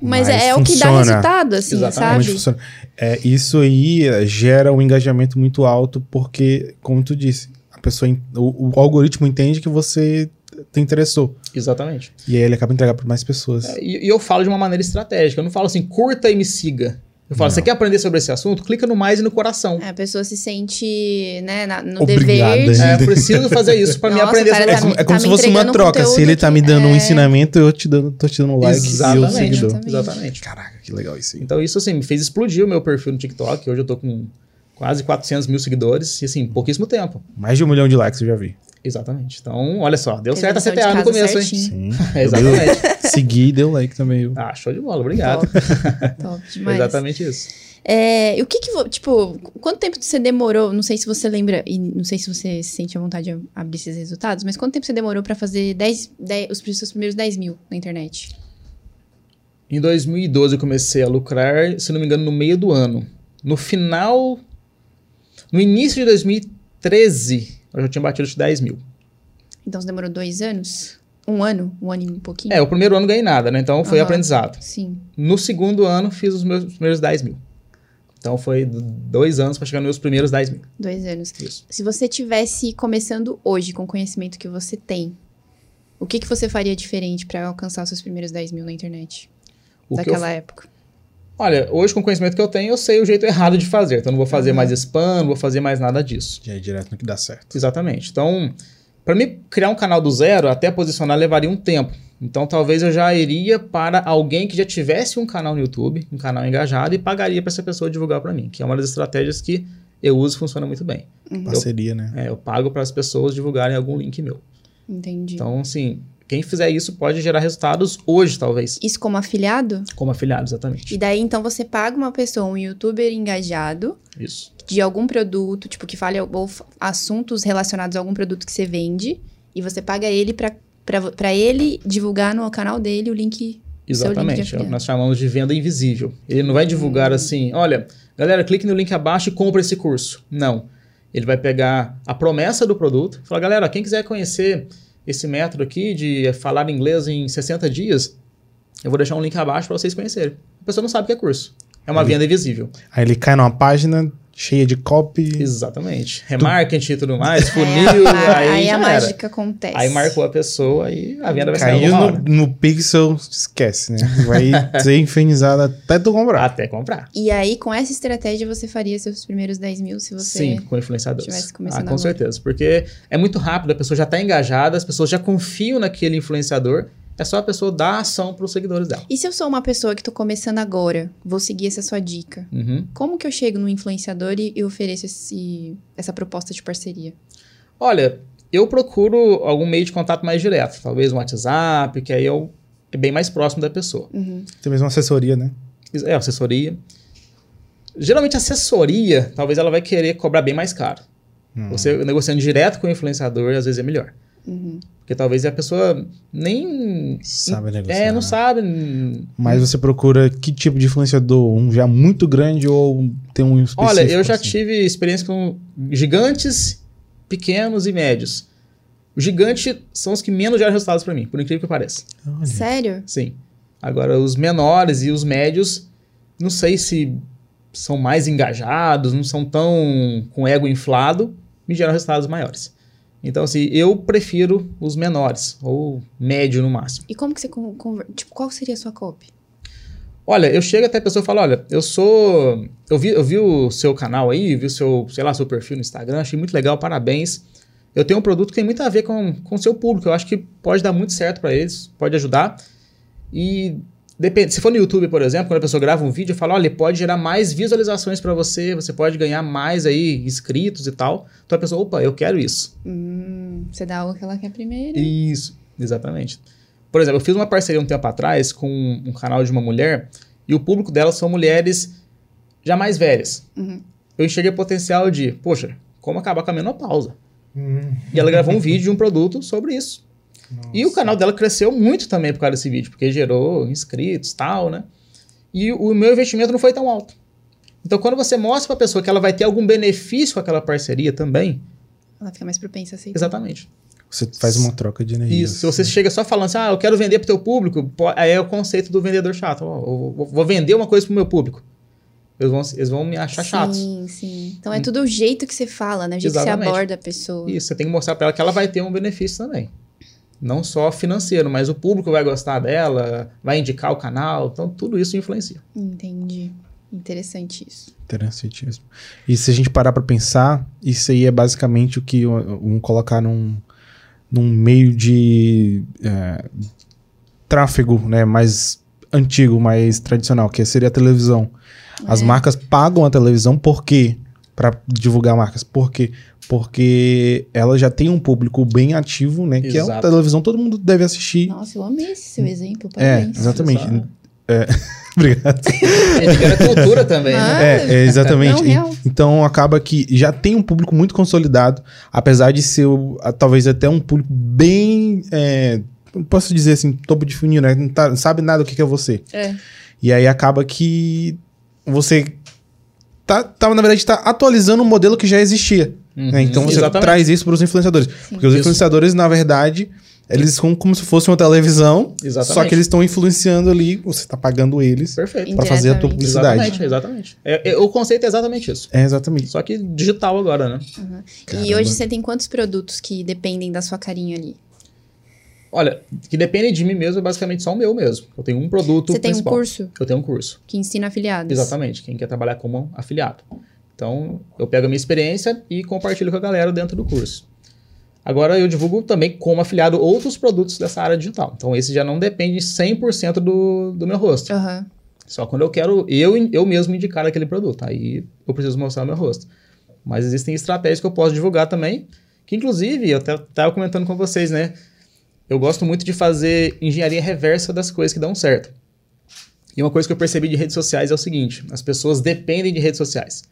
mas, Mas é, é o que dá funciona. resultado, assim, Exatamente, sabe? funciona. É, isso aí é, gera um engajamento muito alto, porque, como tu disse, a pessoa, en- o, o algoritmo entende que você te interessou. Exatamente. E aí ele acaba entregando para mais pessoas. Tá É, E, e eu falo de uma maneira estratégica. Eu não falo assim, curta e me siga. Eu falo, Não. você quer aprender sobre esse assunto? Clica no mais e no coração. É, A pessoa se sente, né, na- no Obrigada. dever. de- É, eu preciso fazer isso para me Nossa, aprender o cara sobre tá É como, me- é como se me fosse uma entregando troca. Se ele conteúdo tá me que- dando um é. ensinamento, eu te dando, tô te dando um like e o Exatamente. seguidor. Exatamente. Exatamente. Caraca, que legal isso aí. Então isso assim me fez explodir o meu perfil no TikTok. Hoje eu tô com quase 400 mil seguidores e assim, em pouquíssimo tempo. Mais de um milhão de likes eu já vi. Exatamente. Então, olha só, deu Fez certo a lição de CTA no casa começo, certinho. Sim. hein? Exatamente. Segui e deu like também. Uhum. eu. Ah, show de bola, obrigado. Top demais. Exatamente isso. É, e o que que, vo- tipo, quanto tempo você demorou, não sei se você lembra, e não sei se você se sente à vontade de abrir esses resultados, mas quanto tempo você demorou pra fazer 10, 10 os seus primeiros 10 mil na internet? Em 2012 eu comecei a lucrar, se não me engano, no meio do ano. No final. No início de 2013, eu já tinha batido os 10 mil. Então você demorou dois anos? Um ano? Um ano e um pouquinho? É, o primeiro ano ganhei nada, né? Então foi Aham. aprendizado. Sim. No segundo ano, fiz os meus primeiros 10 mil. Então foi d- dois anos para chegar nos meus primeiros 10 mil. Dois anos. Isso. Se você tivesse começando hoje com o conhecimento que você tem, o que que você faria diferente pra alcançar os seus primeiros 10 mil na internet? O que eu daquela época. Olha, hoje com o conhecimento que eu tenho, eu sei o jeito errado de fazer. Então não vou fazer mais spam, não vou fazer mais nada disso. Já é direto no que dá certo. Exatamente. Então, para mim criar um canal do zero até posicionar levaria um tempo. Então, talvez eu já iria para alguém que já tivesse um canal no YouTube, um canal engajado, e pagaria para essa pessoa divulgar para mim, que é uma das estratégias que eu uso e funciona muito bem. Uhum. Parceria, né? É, eu pago para as pessoas divulgarem algum link meu. Entendi. Então, assim, quem fizer isso pode gerar resultados hoje, talvez, Isso como afiliado? como afiliado, exatamente. E daí, então, você paga uma pessoa, um youtuber engajado, Isso. de algum produto, tipo, que fale ou f- assuntos relacionados a algum produto que você vende, e você paga ele pra, pra, vo- pra ele divulgar no canal dele o link. Seu link de Exatamente. É o que afiliado. Hum. nós chamamos de venda invisível. Ele não vai divulgar assim, olha, galera, clique no link abaixo e compra esse curso. Não. Ele vai pegar a promessa do produto, falar, galera, quem quiser conhecer esse método aqui de eh, falar inglês em 60 dias, eu vou deixar um link abaixo para vocês conhecerem. A pessoa não sabe o que é curso. É Uhum. uma venda invisível. Aí ele cai numa página cheia de copy. Exatamente. Remarketing e tudo mais, Aí funil, a, É, aí, É, aí já a era. mágica acontece. Aí marcou a pessoa e a venda vai sair Caiu alguma no, hora. no pixel, esquece, né? Vai ser infernizado até tu comprar. Até comprar. E aí, com essa estratégia, você faria seus primeiros 10 mil se você. Sim, com influenciadores. tivesse ah, começando com agora. certeza. Porque é muito rápido, a pessoa já está engajada, as pessoas já confiam naquele influenciador. É só a pessoa dar ação para os seguidores dela. E se eu sou uma pessoa que tô começando agora, vou seguir essa sua dica. Uhum. Como que eu chego no influenciador e, e ofereço esse, essa proposta de parceria? Olha, eu procuro algum meio de contato mais direto. Talvez um WhatsApp, que aí eu é bem mais próximo da pessoa. Uhum. Tem mesmo uma assessoria, né? É, assessoria. Geralmente, a assessoria, talvez ela vai querer cobrar bem mais caro. Hum. Você negociando direto com o influenciador, às vezes é melhor. Uhum. Porque talvez a pessoa nem. Sabe negociar. É, não né? sabe. hum. Mas você procura que tipo de influenciador? Um já muito grande ou tem um específico? Olha, eu já assim? tive experiência com gigantes, pequenos e médios. O gigante são os que menos geram resultados pra mim, por incrível que pareça. Olha. Sério? Sim. Agora, os menores e os médios, não sei se são mais engajados, não são tão com ego inflado, me geram resultados maiores. Então, assim, eu prefiro os menores, ou médio no máximo. E como que você con- conver- Tipo, qual seria a sua copy? Olha, eu chego até a pessoa e falo, olha, eu sou... Eu vi, eu vi o seu canal aí, vi o seu, sei lá, seu perfil no Instagram, achei muito legal, parabéns. Eu tenho um produto que tem muito a ver com com o seu público, eu acho que pode dar muito certo pra eles, pode ajudar. E depende, se for no YouTube, por exemplo, quando a pessoa grava um vídeo, eu falo, olha, pode gerar mais visualizações pra você, você pode ganhar mais aí inscritos e tal. Então a pessoa, opa, eu quero isso. Hum, você dá algo que ela quer primeiro. Isso, exatamente. Por exemplo, eu fiz uma parceria um tempo atrás com um um canal de uma mulher e o público dela são mulheres já mais velhas. Uhum. Eu enxerguei potencial de, poxa, como acabar com a menopausa? Hum, E ela gravou um vídeo de um produto sobre isso. E o nossa. canal dela cresceu muito também por causa desse vídeo, porque gerou inscritos tal, né? E o meu investimento não foi tão alto. Então, quando você mostra pra pessoa que ela vai ter algum benefício com aquela parceria também, Ela fica mais propensa a aceitar. exatamente. Você faz uma troca de energia. Isso, se você chega só falando assim, ah, eu quero vender pro teu público, po- aí é o conceito do vendedor chato. Ó, eu vou- vou vender uma coisa pro meu público. Eles vão, eles vão me achar chatos. Sim, sim. Então é Hum. tudo o jeito que você fala, né? O jeito que Exatamente. você aborda a pessoa. Isso, você tem que mostrar pra ela que ela vai ter um benefício também. Não só financeiro, mas o público vai gostar dela, vai indicar o canal. Então, tudo isso influencia. assim Entendi. Interessante isso. Interessante mesmo. E se a gente parar pra pensar, isso aí é basicamente o que um um colocar num, num meio de é, tráfego né, mais antigo, mais tradicional, que seria a televisão. As É. marcas pagam a televisão por quê? Pra divulgar marcas. Por quê? Porque ela já tem um público bem ativo, né? Que é uma Exato. televisão, todo mundo deve assistir. Nossa, eu amei esse seu exemplo. é, Parabéns. exatamente. Exato. É, obrigado. Ele gera cultura também, né? Ah, É, é, exatamente. Não, real. Então acaba que já tem um público muito consolidado, apesar de ser o- a- talvez até um público bem. é, não posso dizer assim, topo de funil, né? Não, tá- não sabe nada o que, que é você. É. E aí acaba que você tá, tá, na verdade, tá atualizando um modelo que já existia. né? Então você Uhum. Exatamente. traz isso para os influenciadores. Porque os Isso. influenciadores, na verdade, eles são como se fosse uma televisão, Exatamente. só que eles estão influenciando ali, você tá pagando eles Perfeito. para fazer a tua Indiretamente. Exatamente, publicidade. exatamente. É- é- o conceito é exatamente isso. É, exatamente. Só que digital agora, né? E Caramba. hoje você tem quantos produtos que dependem da sua carinha ali? Olha, que depende de mim mesmo é basicamente só o meu mesmo. Eu tenho um produto Você tem um principal. curso Eu tenho um curso. que ensina afiliados. Exatamente, quem quer trabalhar como afiliado. Então, eu pego a minha experiência e compartilho com a galera dentro do curso. Agora, eu divulgo também como afiliado outros produtos dessa área digital. Então, esse já não depende 100% do, do meu rosto. Aham. Só quando eu quero eu, eu mesmo indicar aquele produto. Aí, eu preciso mostrar o meu rosto. Mas existem estratégias que eu posso divulgar também, que Que inclusive, eu até estava comentando com vocês, né? Eu gosto muito de fazer engenharia reversa das coisas que dão certo. E uma coisa que eu percebi de redes sociais é o seguinte: as pessoas dependem de redes sociais.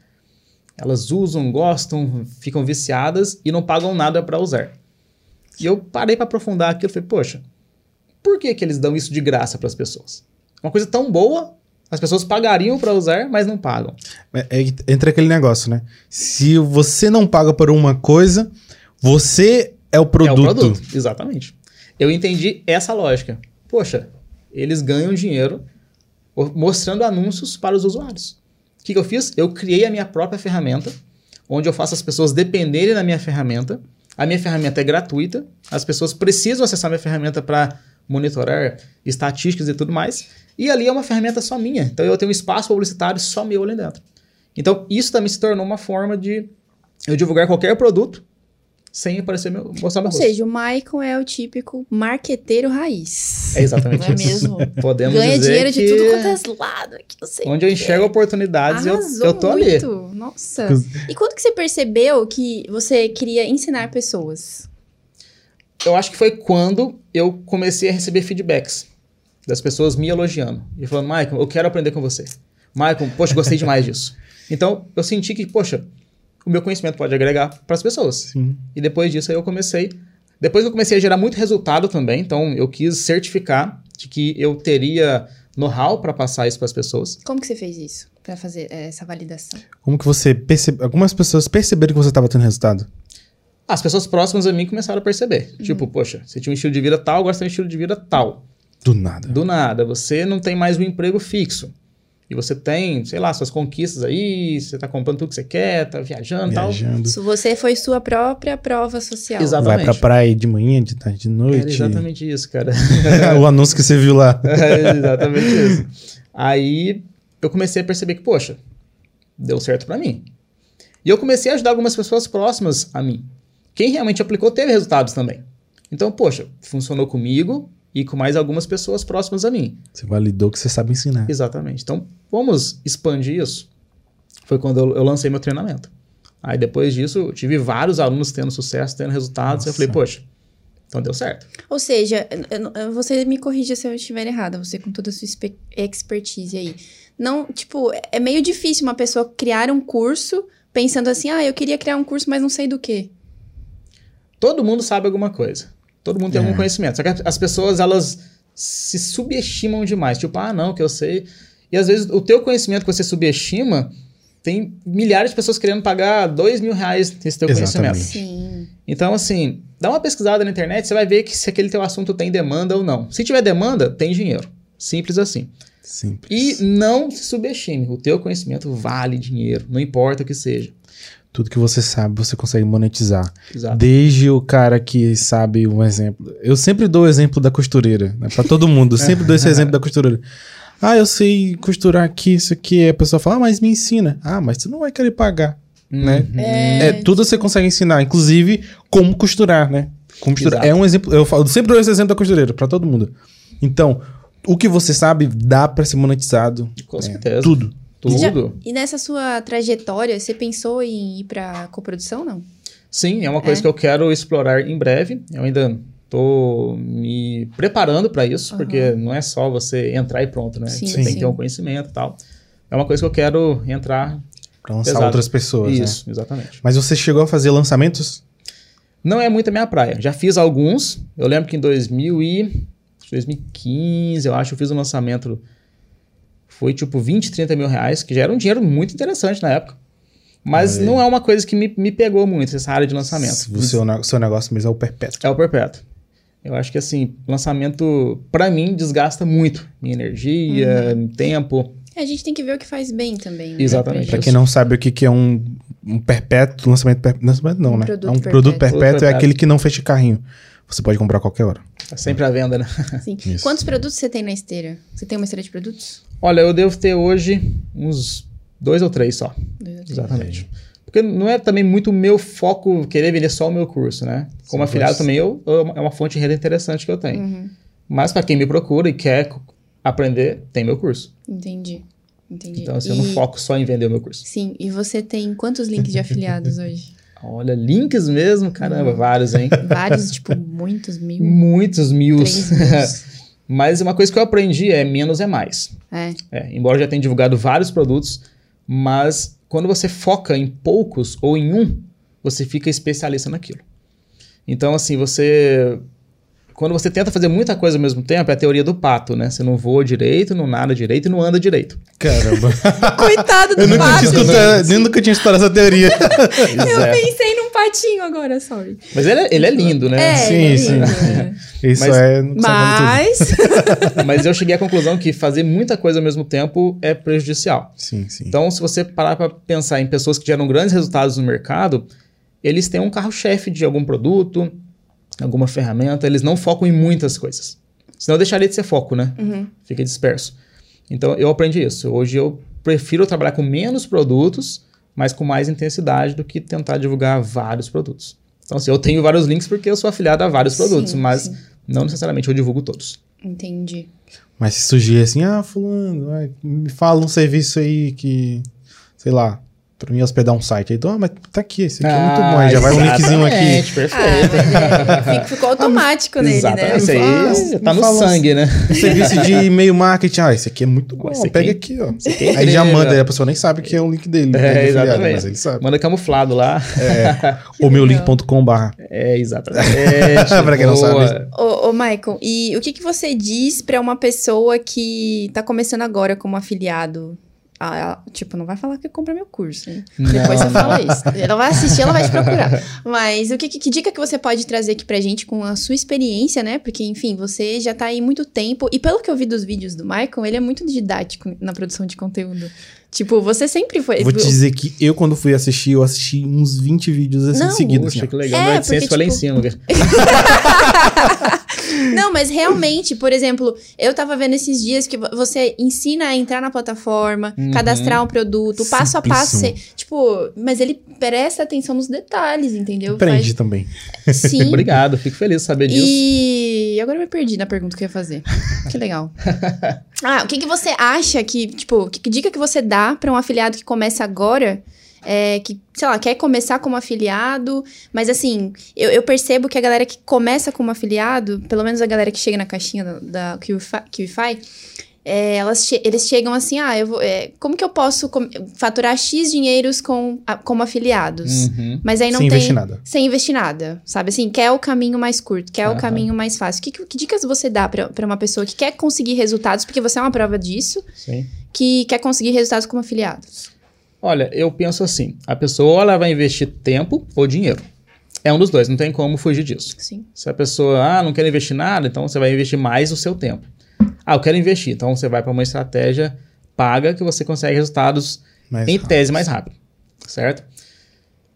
Elas usam, gostam, ficam viciadas e não pagam nada para usar. E eu parei para aprofundar aquilo e falei, poxa, por que, que eles dão isso de graça para as pessoas? Uma coisa tão boa, as pessoas pagariam para usar, mas não pagam. É, é, entra aquele negócio, né? Se você não paga por uma coisa, você é o produto. É o produto, exatamente. Eu entendi essa lógica. Poxa, eles ganham dinheiro mostrando anúncios para os usuários. O que, que eu fiz? Eu criei a minha própria ferramenta, onde eu faço as pessoas dependerem da minha ferramenta. A minha ferramenta é gratuita, as pessoas precisam acessar a minha ferramenta para monitorar estatísticas e tudo mais. E ali é uma ferramenta só minha. Então eu tenho um espaço publicitário só meu ali dentro. Então isso também se tornou uma forma de eu divulgar qualquer produto sem aparecer meu, mostrar meu Ou rosto. seja, o Maicon é o típico marqueteiro raiz. É exatamente Não é isso. mesmo? Podemos Ganha dizer dinheiro que de tudo quanto é lado. Aqui, não sei onde eu enxergo oportunidades, eu, Arrasou eu tô ali. muito. Nossa. E quando que você percebeu que você queria ensinar pessoas? eu acho que foi quando eu comecei a receber feedbacks das pessoas me elogiando e falando, Maicon, eu quero aprender com você. Maicon, poxa, gostei demais disso. Então, eu senti que, poxa, o meu conhecimento pode agregar para as pessoas. Sim. E depois disso aí eu comecei. Depois eu comecei a gerar muito resultado também, então eu quis certificar de que eu teria know-how para passar isso para as pessoas. Como que você fez isso? Pra fazer eh, essa validação? Como que você percebe. Algumas pessoas perceberam que você estava tendo resultado. As pessoas próximas a mim começaram a perceber. Tipo, poxa, você tinha um estilo de vida tal, agora você tem um estilo de vida tal. Do nada. Do nada, você não tem mais um emprego fixo. E você tem, sei lá, suas conquistas aí, você tá comprando tudo que você quer, tá viajando e tal. Viajando. Isso, Você foi sua própria prova social. Exato. Vai pra Exatamente. praia de manhã, de tarde, de Era noite. É exatamente isso, cara. o anúncio que você viu lá. Era exatamente isso. Aí eu comecei a perceber que, poxa, deu certo pra mim. E eu comecei a ajudar algumas pessoas próximas a mim. Quem realmente aplicou teve resultados também. Então, poxa, funcionou comigo e com mais algumas pessoas próximas a mim. Você validou que você sabe ensinar. Exatamente. Então, vamos expandir isso. Foi quando eu, eu lancei meu treinamento. Aí depois disso, eu tive vários alunos tendo sucesso, tendo resultados. Eu Nossa. falei, poxa, então deu certo. Ou seja, eu- eu- você me corrija se eu estiver errada, você com toda a sua espe- expertise aí. Não, tipo, é- é meio difícil uma pessoa criar um curso pensando assim, ah, eu queria criar um curso, mas não sei do quê. Todo mundo sabe alguma coisa. Todo mundo tem É. algum conhecimento. Só que as- as pessoas, elas se subestimam demais. Tipo, ah, não, que eu sei. E às vezes o teu conhecimento que você subestima, tem milhares de pessoas querendo pagar dois mil reais nesse teu Exatamente. conhecimento. Sim. Então, assim, dá uma pesquisada na internet, você vai ver que se aquele teu assunto tem demanda ou não. Se tiver demanda, tem dinheiro. Simples assim. E Simples. não se subestime. O teu conhecimento vale dinheiro, não importa o que seja. Tudo que você sabe, você consegue monetizar. Exato. Desde o cara que sabe um exemplo. Eu sempre dou o exemplo da costureira, né? Pra todo mundo. Eu sempre dou esse exemplo da costureira. Ah, eu sei costurar aqui, isso aqui. A pessoa fala, ah, mas me ensina. Ah, mas você não vai querer pagar. Uhum. né? É, tudo você consegue ensinar, inclusive como costurar, né? Como costurar. Exato. É um exemplo, eu falo, sempre dou esse exemplo da costureira pra todo mundo. Então, o que você sabe dá pra ser monetizado. Com certeza. Tudo. Tudo. E nessa sua trajetória, você pensou em ir pra coprodução, não? Sim, é uma coisa É. que eu quero explorar em breve. Eu ainda tô me preparando para isso, Aham. porque não é só você entrar e pronto, né? Sim, você tem sim. que ter um conhecimento e tal. É uma coisa que eu quero entrar. Pra lançar Exato. outras pessoas, né? Isso, exatamente. Mas você chegou a fazer lançamentos? Não é muito a minha praia. Já fiz alguns. Eu lembro que em 2000 e 2015, eu acho, eu fiz um lançamento. Foi tipo 20, 30 mil reais, que já era um dinheiro muito interessante na época. Mas Olha aí. não é uma coisa que me, me pegou muito, essa área de lançamento. O seu, ne- seu negócio mesmo é o perpétuo. É o perpétuo. Eu acho que assim, lançamento, pra mim, desgasta muito. Minha energia, tempo. É, A gente tem que ver o que faz bem também, né? Exatamente. Pra Isso. quem não sabe o que, que é um, um perpétuo, lançamento perpétuo. Lançamento não, Um né? produto é um perpétuo. produto perpétuo, Produto é perpétuo. aquele que não fecha carrinho. Você pode comprar a qualquer hora. Tá sempre à venda, né? Sim. Isso. Quantos produtos você tem na esteira? Você tem uma esteira de produtos? Olha, eu devo ter hoje uns dois ou três só. Dois ou três. Exatamente. Porque não é também muito o meu foco querer vender só o meu curso, né? Como Sim, afiliado pois. também eu, eu- é uma fonte de renda interessante que eu tenho. Uhum. Mas para quem me procura e quer co- aprender, tem meu curso. Entendi. Entendi. Então, assim, eu não E- foco só em vender o meu curso. Sim, e você tem quantos links de afiliados hoje? Olha, links mesmo? Uhum. Caramba, vários, hein? Vários, tipo, muitos mil. Muitos mil. Três mil. Mas uma coisa que eu aprendi é menos é mais. É. É, embora eu já tenha divulgado vários produtos, mas quando você foca em poucos ou em um, você fica especialista naquilo. Então, assim, você. Quando você tenta fazer muita coisa ao mesmo tempo, é a teoria do pato, né? Você não voa direito, não nada direito e não anda direito. Caramba. Coitado do Eu nunca Fábio. tinha escutado, eu nunca tinha escutado essa teoria. Pois Eu é. pensei num patinho agora, sorry. Mas ele é, ele é lindo, né? É, Sim, ele é sim. lindo, é. Isso Mas- é. não sabe tudo. Mas Mas eu cheguei à conclusão que fazer muita coisa ao mesmo tempo é prejudicial. Sim, sim. Então, se você parar para pensar em pessoas que geram grandes resultados no mercado, eles têm um carro-chefe de algum produto, alguma ferramenta, eles não focam em muitas coisas. Senão deixaria de ser foco, né? Uhum. Fica disperso. Então, eu aprendi isso. Hoje eu prefiro trabalhar com menos produtos, mas com mais intensidade do que tentar divulgar vários produtos. Então, assim, eu tenho vários links porque eu sou afiliado a vários produtos, Sim, mas sim. não necessariamente eu divulgo todos. Entendi. Mas se surgir assim, ah, fulano, vai, me fala um serviço aí que. Sei lá, pra mim hospedar um site. Aí, então, ah, mas tá aqui, esse aqui é muito Ah, bom. Aí já vai um linkzinho aqui. exatamente, Ah, Perfeito. mas é, fica- ficou automático nele, Exatamente. né? Isso Faz, Ah. aí tá no fala assim. sangue, né? Um serviço de e-mail marketing. Ah, esse aqui é muito bom. esse aqui- Pega aqui, ó. Isso aqui é Aí já incrível. manda, aí a pessoa nem sabe que é o link dele. É, né, afiliado, exatamente. Então, Mas ele sabe. Manda camuflado lá. Ou meu link.com/barra. É, exatamente. É, tipo, Pra quem não Boa. sabe. Ô, ô, Michael, e o que, que você diz pra uma pessoa que tá começando agora como afiliado? Ah, ela- tipo, não vai falar que compra meu curso, hein? Depois Não, você fala isso. Ela vai assistir, ela vai te procurar. Mas o que, que- que dica que você pode trazer aqui pra gente com a sua experiência, né? Porque, enfim, você já tá aí muito tempo. E pelo que eu vi dos vídeos do Michael, ele é muito didático na produção de conteúdo. Tipo, você sempre é, foi. Vou te dizer que eu, quando fui assistir, eu assisti uns 20 vídeos assim Não, em seguida. assim, Puxa, ó. que legal. É, Meu AdSense porque, foi lá em tipo, cima. cara. Não, mas realmente, por exemplo, eu tava vendo esses dias que vo- você ensina a entrar na plataforma, Uhum. cadastrar um produto, passo a passo. Você, Simplíssimo. tipo, mas ele presta atenção nos detalhes, entendeu? Prende também. Faz- Sim. Obrigado, fico feliz de saber disso. E agora eu me perdi na pergunta que eu ia fazer. Que legal. Ah, o que, que você acha que, tipo, que, que dica que você dá pra um afiliado que começa agora? é, que, sei lá, quer começar como afiliado, mas assim, eu, eu percebo que a galera que começa como afiliado, pelo menos a galera que chega na caixinha da, da QFi, QFi, é, elas che- eles chegam assim, ah, eu vou, é, como que eu posso com- faturar X dinheiros com, a- como afiliados? Uhum. Mas aí não Hum. Sem tem investir nada. sem investir nada, sabe? Assim, quer o caminho mais curto, quer o Aham. caminho mais fácil. Que, que dicas você dá pra pra uma pessoa que quer conseguir resultados, porque você é uma prova disso, Sim. que quer conseguir resultados como afiliado? Olha, eu penso assim: a pessoa ou ela vai investir tempo ou dinheiro. É um dos dois, não tem como fugir disso. Sim. Se a pessoa, ah, não quer investir nada, então você vai investir mais o seu tempo. Ah, eu quero investir, então você vai para uma estratégia paga que você consegue resultados Mas, em tese mais rápido, certo?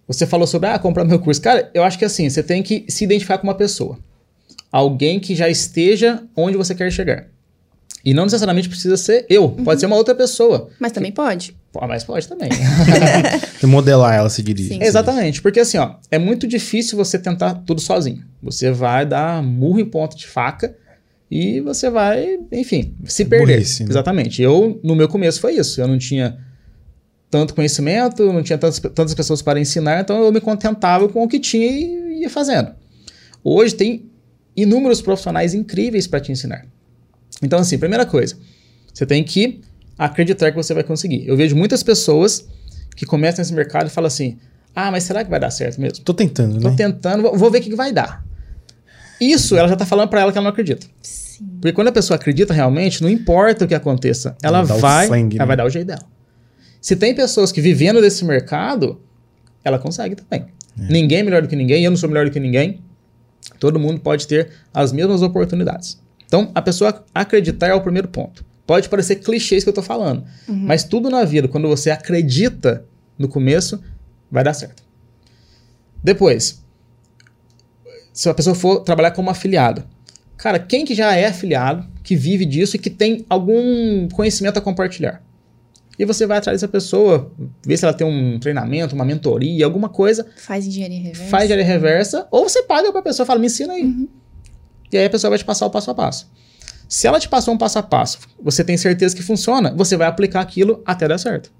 Você falou sobre, ah, comprar meu curso. Cara, eu acho que assim, você tem que se identificar com uma pessoa. Alguém que já esteja onde você quer chegar. E não necessariamente precisa ser eu, pode ser uma outra pessoa. Mas também pode. Uhum. Pô, mas pode também. Modelar ela se diria. Sim. Exatamente, porque assim, ó, é muito difícil você tentar tudo sozinho. Você vai dar murro em ponta de faca e você vai, enfim, se perder. Burrice, né? Exatamente. Eu, no meu começo, foi isso. Eu não tinha tanto conhecimento, não tinha tantas, tantas pessoas para ensinar, então eu me contentava com o que tinha e ia fazendo. Hoje tem inúmeros profissionais incríveis para te ensinar. Então, assim, primeira coisa, você tem que acreditar que você vai conseguir. Eu vejo muitas pessoas que começam nesse mercado e falam assim: ah, mas será que vai dar certo mesmo? Tô tentando, Tô né? tentando, vou- vou ver o que que vai dar. Isso ela já tá falando para ela que ela não acredita. Sim. Porque quando a pessoa acredita realmente, não importa o que aconteça, ela dá o vai, sangue, ela né? vai dar o jeito dela. Se tem pessoas que vivendo desse mercado, ela consegue também. Ninguém é melhor do que ninguém, eu não sou melhor do que ninguém. Todo mundo pode ter as mesmas oportunidades. Então, a pessoa acreditar é o primeiro ponto. Pode parecer clichê isso que eu tô falando, mas tudo na vida, quando você acredita no começo, vai dar certo. Depois, se a pessoa for trabalhar como afiliado, cara, quem que já é afiliado, que vive disso e que tem algum conhecimento a compartilhar? E você vai atrás dessa pessoa, vê se ela tem um treinamento, uma mentoria, alguma coisa, Faz engenharia reversa. faz de área reversa, ou você paga pra pessoa, fala, me ensina aí. E aí a pessoa vai te passar o passo a passo. Se ela te passou um passo a passo, você tem certeza que funciona, você vai aplicar aquilo até dar certo.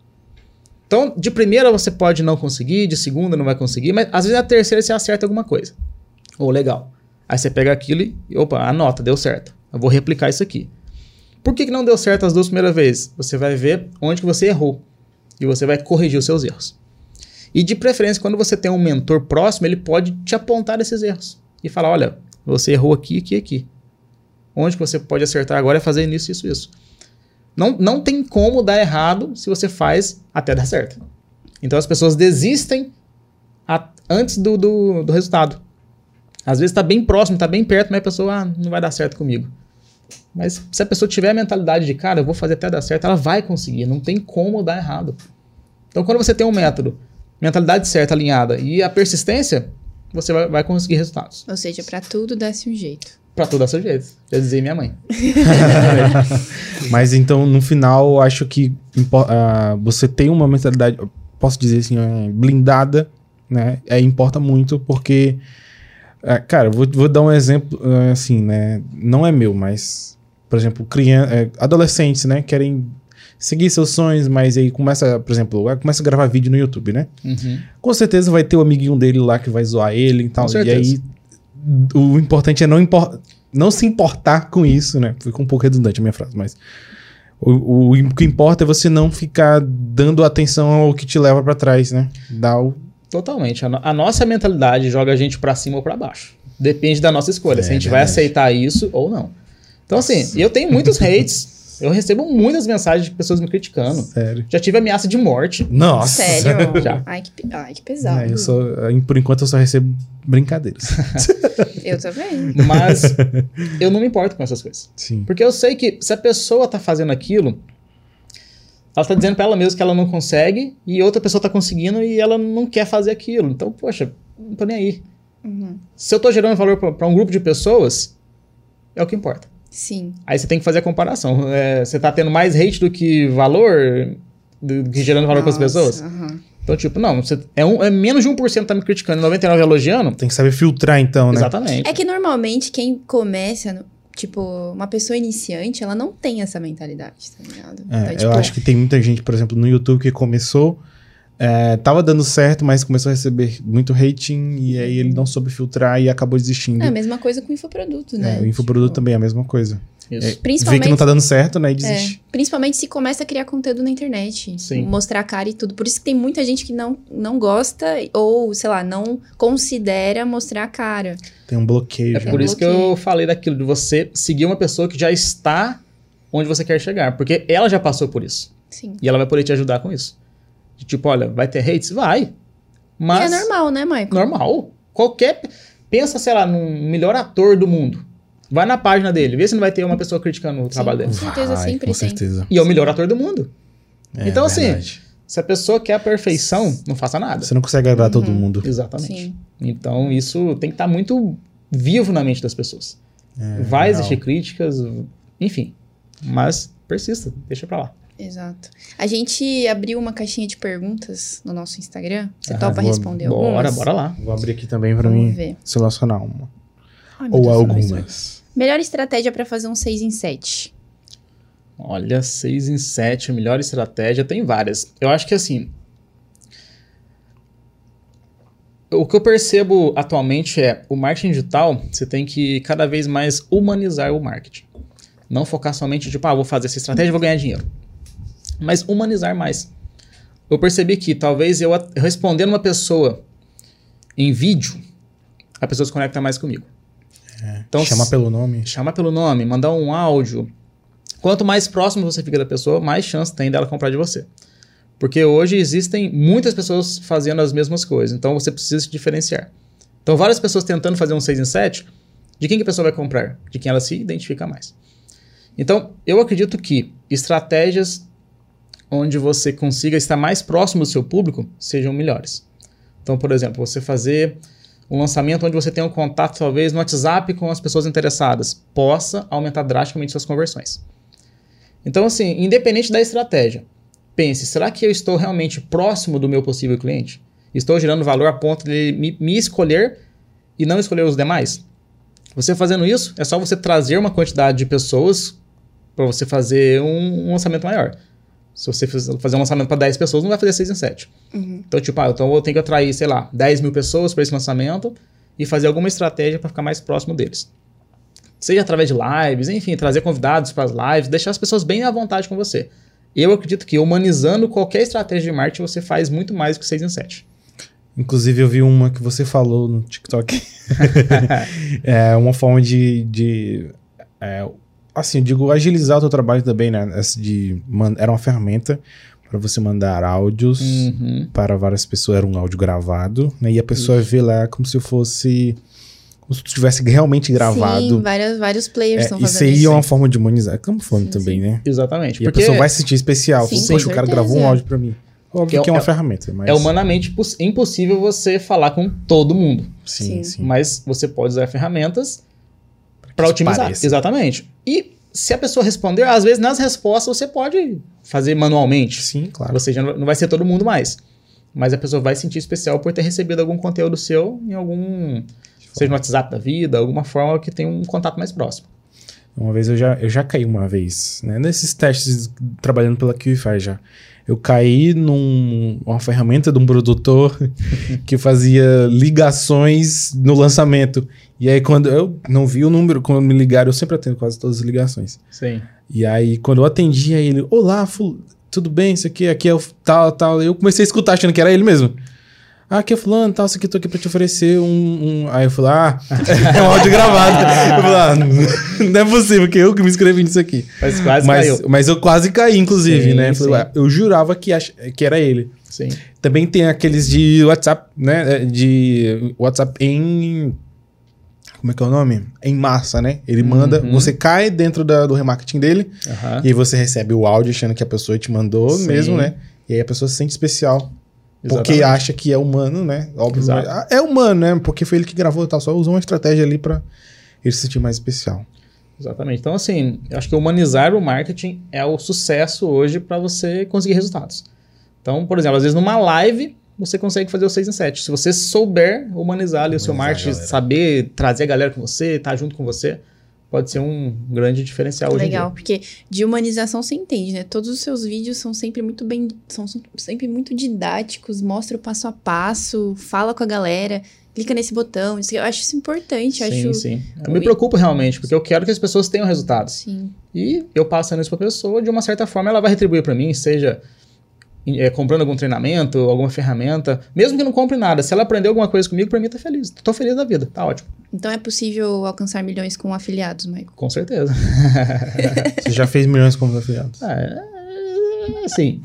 Então, de primeira você pode não conseguir, de segunda não vai conseguir, mas às vezes na terceira você acerta alguma coisa. Ou legal. Aí você pega aquilo e, opa, anota, deu certo. Eu vou replicar isso aqui. Por que, que não deu certo as duas primeiras vezes? Você vai ver onde que você errou. E você vai corrigir os seus erros. E de preferência, quando você tem um mentor próximo, ele pode te apontar esses erros. E falar, olha, você errou aqui, aqui, aqui. Onde que você pode acertar agora é fazer isso, isso, isso. Não, não tem como dar errado se você faz até dar certo. Então as pessoas desistem a- antes do, do, do resultado. Às vezes está bem próximo, está bem perto, mas a pessoa ah, não vai dar certo comigo. Mas se a pessoa tiver a mentalidade de, cara, eu vou fazer até dar certo, ela vai conseguir, não tem como dar errado. Então quando você tem um método, mentalidade certa, alinhada e a persistência, você vai, vai conseguir resultados. Ou seja, pra tudo desse um jeito. Para toda a sua jeito. Já dizia minha mãe. Mas então, no final, eu acho que impo- ah, você tem uma mentalidade, eu posso dizer assim, eh, blindada, né? É, importa muito, porque. ah, cara, eu vou, vou dar um exemplo, ah, assim, né? Não é meu, mas. Por exemplo, criança, adolescentes, né? Querem seguir seus sonhos, mas aí começa, por exemplo, ah, começa a gravar vídeo no YouTube, né? Uhum. Com certeza vai ter o amiguinho dele lá que vai zoar ele e tal. Com E aí, certeza. o importante é não, impor- não se importar com isso, né? Ficou um pouco redundante a minha frase, mas. O, o im- que importa é você não ficar dando atenção ao que te leva pra trás, né? Dá o. Totalmente. A, no- a nossa mentalidade joga a gente pra cima ou pra baixo. Depende da nossa escolha, É, se a gente vai verdade. aceitar isso ou não. Então, assim, eu tenho muitos hates. Eu recebo muitas mensagens de pessoas me criticando. Sério. Já tive ameaça de morte. Nossa! Sério? Já. Ai, que, pe- ai, que É, pesado. eu só, eh, por enquanto eu só recebo brincadeiras. Eu também. Mas eu não me importo com essas coisas. Sim. Porque eu sei que se a pessoa tá fazendo aquilo, ela tá dizendo pra ela mesma que ela não consegue e outra pessoa tá conseguindo e ela não quer fazer aquilo. Então, poxa, não tô nem aí. Uhum. Se eu tô gerando valor pra- pra um grupo de pessoas, é o que importa. Sim. Aí você tem que fazer a comparação. É, você tá tendo mais hate do que valor, do que gerando valor para as Nossa, pessoas. aham. Então, tipo, não, você, é, um, é menos de 1% tá me criticando e 99% elogiando. Tem que saber filtrar então, né? Exatamente. É que normalmente quem começa, no- tipo, uma pessoa iniciante, ela não tem essa mentalidade, tá ligado? É, Então, tipo, eu acho que tem muita gente, por exemplo, no YouTube que começou, é, tava dando certo, mas começou a receber muito rating e aí ele não soube filtrar e acabou desistindo. é a mesma coisa com o infoproduto, né? É, o infoproduto Tipo, também é a mesma coisa. Isso. Vê que Principalmente, não tá dando certo, né? E é, desiste. principalmente se começa a criar conteúdo na internet. Sim. Mostrar a cara e tudo. Por isso que tem muita gente que não, não gosta ou, sei lá, não considera mostrar a cara. Tem um bloqueio É já. por isso que bloqueio. eu falei daquilo, de você seguir uma pessoa que já está onde você quer chegar. Porque ela já passou por isso. Sim. E ela vai poder te ajudar com isso. De Tipo, olha, vai ter hates? Vai. E Mas. é normal, né, Maicon? Normal. Qualquer. Pensa, sei lá, num melhor ator do mundo. Vai na página dele, vê se não vai ter uma pessoa criticando o trabalho dele. Com certeza, Vai, sempre Com tem. certeza. E é o melhor ator do mundo. É, Então, assim, verdade. Se a pessoa quer a perfeição, não faça nada. Você não consegue agradar todo Uhum. mundo. Exatamente. Sim. Então, isso tem que estar muito vivo na mente das pessoas. Vai É, real. existir críticas, enfim. Mas persista, deixa pra lá. Exato. A gente abriu uma caixinha de perguntas no nosso Instagram. Você Ah, topa vou- responder bora, algumas? bora lá. Vou abrir aqui também pra Vamos mim ver. selecionar uma. Ai, meu Ou Deus, não, isso- algumas. Melhor estratégia pra fazer um 6 em 7. Olha, 6 em 7, melhor estratégia, tem várias. Eu acho que assim. O que eu percebo atualmente é o marketing digital, você tem que cada vez mais humanizar o marketing. Não focar somente, tipo, ah, vou fazer essa estratégia e vou ganhar dinheiro. Mas humanizar mais. Eu percebi que talvez eu at- respondendo uma pessoa em vídeo, a pessoa se conecta mais comigo. Então, Chamar pelo nome. chamar pelo nome, mandar um áudio. Quanto mais próximo você fica da pessoa, mais chance tem dela comprar de você. Porque hoje existem muitas pessoas fazendo as mesmas coisas, então você precisa se diferenciar. Então, várias pessoas tentando fazer um 6 em 7, de quem que a pessoa vai comprar? De quem ela se identifica mais. Então, eu acredito que estratégias onde você consiga estar mais próximo do seu público sejam melhores. Então, por exemplo, você fazer um lançamento onde você tem um contato, talvez, no WhatsApp com as pessoas interessadas, possa aumentar drasticamente suas conversões. Então, assim, independente da estratégia, pense, será que eu estou realmente próximo do meu possível cliente? Estou gerando valor a ponto de me, me escolher e não escolher os demais? Você fazendo isso, é só você trazer uma quantidade de pessoas para você fazer um, um lançamento maior. Se você fiz- fazer um lançamento para 10 pessoas, não vai fazer 6 em 7. Uhum. Então, tipo, ah, então eu tenho que atrair, sei lá, 10 mil pessoas para esse lançamento e fazer alguma estratégia para ficar mais próximo deles. Seja através de lives, enfim, trazer convidados para as lives, deixar as pessoas bem à vontade com você. Eu acredito que humanizando qualquer estratégia de marketing, você faz muito mais do que 6 em 7. Inclusive, eu vi uma que você falou no TikTok. é uma forma de. de é, assim, eu digo, agilizar o teu trabalho também, né? Essa De, man- era uma ferramenta para você mandar áudios Hum. Uhum. para várias pessoas. Era um áudio gravado, né? E a pessoa vê lá como se fosse. Como se tu tivesse realmente Sim, gravado. vários, vários players É, estão isso fazendo aí isso. é uma forma de humanizar. Camuflando Sim, também, né? Exatamente. E a porque pessoa vai se sentir especial. Sim, Poxa, com o cara certeza. gravou um áudio para mim. Que Óbvio é- que é uma é- ferramenta, mas. é humanamente poss- impossível você falar com todo mundo. Sim, Sim. sim. Mas você pode usar ferramentas para isso otimizar. pareça. Exatamente. E se a pessoa responder, às vezes nas respostas você pode fazer manualmente. Sim, claro. Ou seja, não vai ser todo mundo mais. Mas a pessoa vai sentir especial por ter recebido algum conteúdo seu em algum. Seja no WhatsApp da vida, alguma forma que tenha um contato mais próximo. Uma vez eu já, eu já caí uma vez, né? Nesses testes trabalhando pela QFI já. Eu caí numa ferramenta de um produtor que fazia ligações no lançamento. E aí, quando eu não vi o número, quando me ligaram, eu sempre atendo quase todas as ligações. Sim. E aí, quando eu atendia ele, olá, ful- tudo bem, isso aqui, aqui é o f- tal, tal. Eu comecei a escutar achando que era ele mesmo. Ah, aqui é fulano, tal, isso aqui, tô aqui pra te oferecer um... um- Aí eu falei, ah, é um áudio gravado. Eu falei, ah, não, não é possível, que eu que me inscrevi nisso aqui. Mas quase mas, caiu. mas eu quase caí, inclusive, Sim, né? Eu, falei, sim. ué, eu jurava que, ach- que era ele. Sim. Também tem aqueles de WhatsApp, né? É, De WhatsApp em. Como é que é o nome? Em massa, né? Ele manda, Uhum. você cai dentro da- do remarketing dele Aham. e aí você recebe o áudio achando que a pessoa te mandou Sim. mesmo, né? E aí a pessoa se sente especial porque Exatamente. acha que é humano, né? Óbvio. Exato. mas- ah, É humano, né? Porque foi ele que gravou, tá? Só usou uma estratégia ali pra ele se sentir mais especial. Exatamente. Então, assim, eu acho que humanizar o marketing é o sucesso hoje para você conseguir resultados. Então, por exemplo, às vezes numa live você consegue fazer o 6 em 7. Se você souber humanizar ali o seu Humanizar a marketing, galera. saber trazer a galera com você, estar junto com você, pode ser um grande diferencial hoje Legal, porque de humanização você entende, né? Todos os seus vídeos são sempre muito bem, são sempre muito didáticos, mostra o passo a passo, fala com a galera, clica nesse botão. Isso, eu acho isso em importante, dia. eu Sim, acho sim. Eu me preocupo realmente, porque eu quero que as pessoas tenham resultados. sim. E eu passando isso para a pessoa, de uma certa forma, ela vai retribuir para mim, seja em- eh, comprando algum treinamento, alguma ferramenta, mesmo que não compre nada. Se ela aprender alguma coisa comigo, para mim tá feliz. Tô feliz da vida, tá ótimo. Então é possível alcançar milhões com afiliados, Michael. Com certeza. Você já fez milhões como afiliados. Ah, é, assim,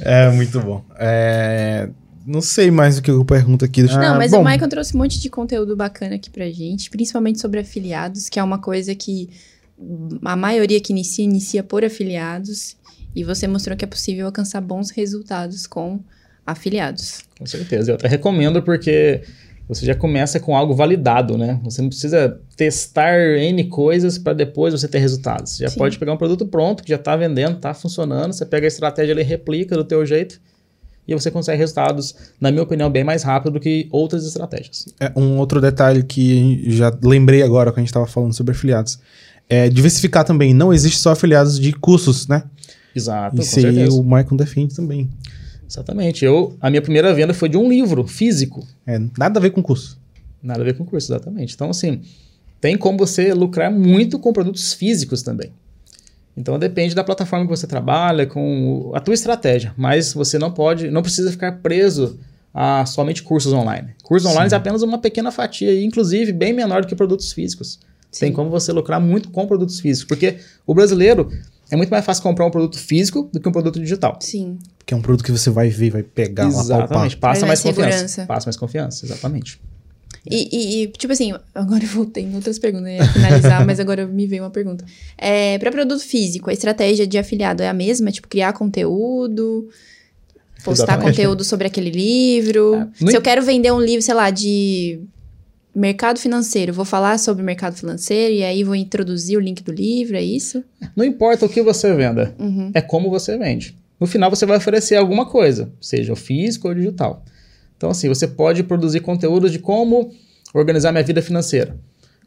É, muito bom. É, Não sei mais o que eu pergunto aqui. Deixa eu- Não, Ah, mas é bom, o Michael trouxe um monte de conteúdo bacana aqui pra gente, principalmente sobre afiliados, que é uma coisa que hum, a maioria que inicia, inicia por afiliados. E você mostrou que é possível alcançar bons resultados com afiliados. com certeza. Eu até recomendo porque você já começa com algo validado, né? Você não precisa testar N coisas para depois você ter resultados. Você já Sim. pode pegar um produto pronto que já tá vendendo, tá funcionando, você pega a estratégia ali, replica do teu jeito e você consegue resultados, na minha opinião, bem mais rápido do que outras estratégias. é, um outro detalhe que já lembrei agora quando a gente estava falando sobre afiliados. É diversificar também. Não existe só afiliados de cursos, né? Exato, Isso aí o Michael defende também. Exatamente. Eu, a minha primeira venda foi de um livro físico. É, nada a ver com curso. Nada a ver com curso, exatamente. Então, assim, tem como você lucrar muito com produtos físicos também. Então, depende da plataforma que você trabalha, com o- a tua estratégia. Mas você não pode, não precisa ficar preso a somente cursos online. Cursos online é apenas uma pequena fatia, e inclusive bem menor do que produtos físicos. Tem Sim. como você lucrar muito com produtos físicos. Porque o brasileiro é muito mais fácil comprar um produto físico do que um produto digital. Sim. Que é um produto que você vai ver, vai pegar lá, palpar. Exatamente. Passa mais Mas é confiança. segurança. Passa mais confiança, exatamente. É. E, e- e, tipo assim, agora eu voltei em outras perguntas, eu ia finalizar, mas agora me veio uma pergunta. É, para produto físico, a estratégia de afiliado é a mesma? Tipo, criar conteúdo, postar Exatamente. conteúdo sobre aquele livro. É, Se no en- eu quero vender um livro, sei lá, de mercado financeiro, vou falar sobre mercado financeiro e aí vou introduzir o link do livro, é isso? Não importa o que você venda. Uhum. é como você vende. No final você vai oferecer alguma coisa, seja o físico ou o digital. Então assim, você pode produzir conteúdos de como organizar minha vida financeira,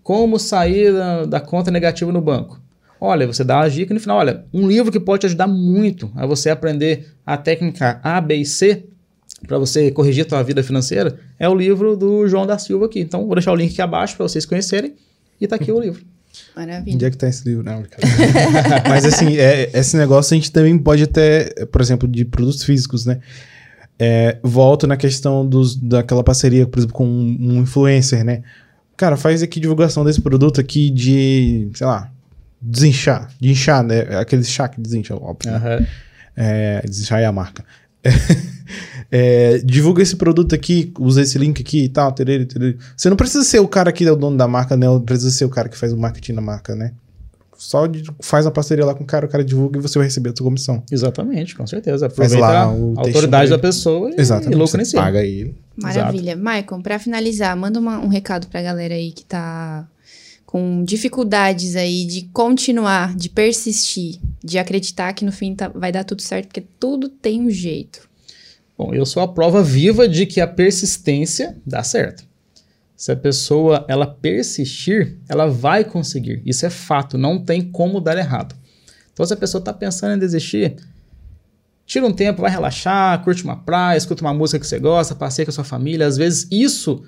como sair da, da conta negativa no banco, Olha, você dá uma dica e no final, olha, um livro que pode te ajudar muito a você aprender a técnica A, B e C para você corrigir a tua vida financeira é o livro do João da Silva aqui. Então, vou deixar o link aqui abaixo para vocês conhecerem e tá aqui o livro. Maravilha. Onde é que tá esse livro? Não, brincadeira. Mas assim, é, esse negócio a gente também pode até, por exemplo, de produtos físicos, né? É, volto na questão dos, daquela parceria, por exemplo, com um, um influencer, né? Cara, faz aqui divulgação desse produto aqui de, sei lá, desinchar. De inchar, né? Aquele chá que desincha, óbvio. né? É, desinchar é a marca. É, divulga esse produto aqui, usa esse link aqui e tal, tererê, tererê. Você não precisa ser o cara que é o dono da marca, né? Não precisa ser o cara que faz o marketing da marca, né? Só de- faz a parceria lá com o cara, o cara divulga e você vai receber a sua comissão. Exatamente, com certeza. Faz Aproveita lá a o autoridade textinho. da pessoa e, Exatamente. e lucra em Você cima. Paga ele. Maravilha. Maicon, pra finalizar, manda uma- um recado pra galera aí que tá com dificuldades aí de continuar, de persistir, de acreditar que no fim tá- vai dar tudo certo, porque tudo tem um jeito. Bom, eu sou a prova viva de que a persistência dá certo. Se a pessoa ela persistir, ela vai conseguir. Isso é fato, não tem como dar errado. Então, se a pessoa está pensando em desistir, tira um tempo, vai relaxar, curte uma praia, escuta uma música que você gosta, passeia com a sua família. Às vezes, isso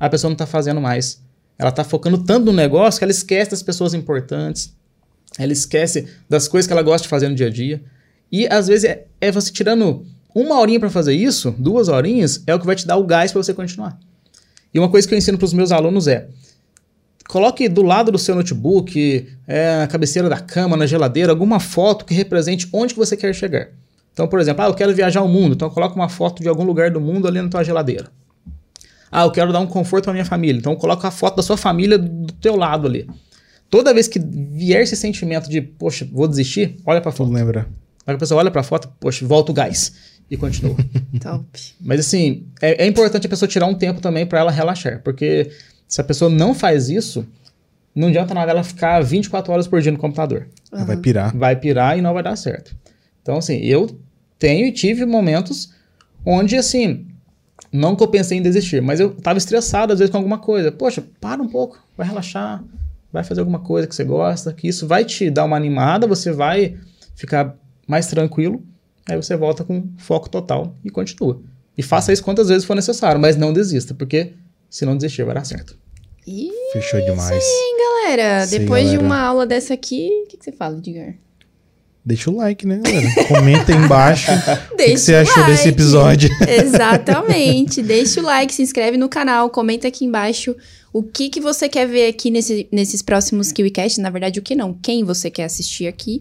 a pessoa não está fazendo mais. Ela está focando tanto no negócio que ela esquece das pessoas importantes, ela esquece das coisas que ela gosta de fazer no dia a dia. E às vezes é, é você tirando uma horinha pra fazer isso, duas horinhas, é o que vai te dar o gás pra você continuar. E uma coisa que eu ensino pros meus alunos é: coloque do lado do seu notebook, é, na cabeceira da cama, na geladeira, alguma foto que represente onde que você quer chegar. Então, por exemplo, ah, eu quero viajar ao mundo, então coloca uma foto de algum lugar do mundo ali na tua geladeira. Ah, eu quero dar um conforto à minha família, então coloca a foto da sua família do teu lado ali. Toda vez que vier esse sentimento de, poxa, vou desistir, olha pra foto. Tu lembra? Aí a pessoa olha pra foto, poxa, volta o gás e continua. Top. Mas assim, é, é importante a pessoa tirar um tempo também pra ela relaxar, porque se a pessoa não faz isso, não adianta nada ela ficar 24 horas por dia no computador. Ela Vai Aham. pirar. Vai pirar e não vai dar certo. Então assim, eu tenho e tive momentos onde assim, não que eu pensei em desistir, mas eu tava estressado às vezes com alguma coisa. Poxa, para um pouco, vai relaxar, vai fazer alguma coisa que você gosta, que isso vai te dar uma animada, você vai ficar mais tranquilo, aí você volta com foco total e continua. E faça isso quantas vezes for necessário, mas não desista, porque se não desistir vai dar certo. E, Fechou demais. galera, Sim, depois de galera. uma aula dessa aqui, o que, que você fala, Edgar? Deixa o like, né, galera? Comenta aí embaixo o que que, Deixa você o achou desse like. episódio. Exatamente. Deixa o like, se inscreve no canal, comenta aqui embaixo o que, que você quer ver aqui nesse- nesses próximos KiwiCast. Na verdade, o que não, quem você quer assistir aqui.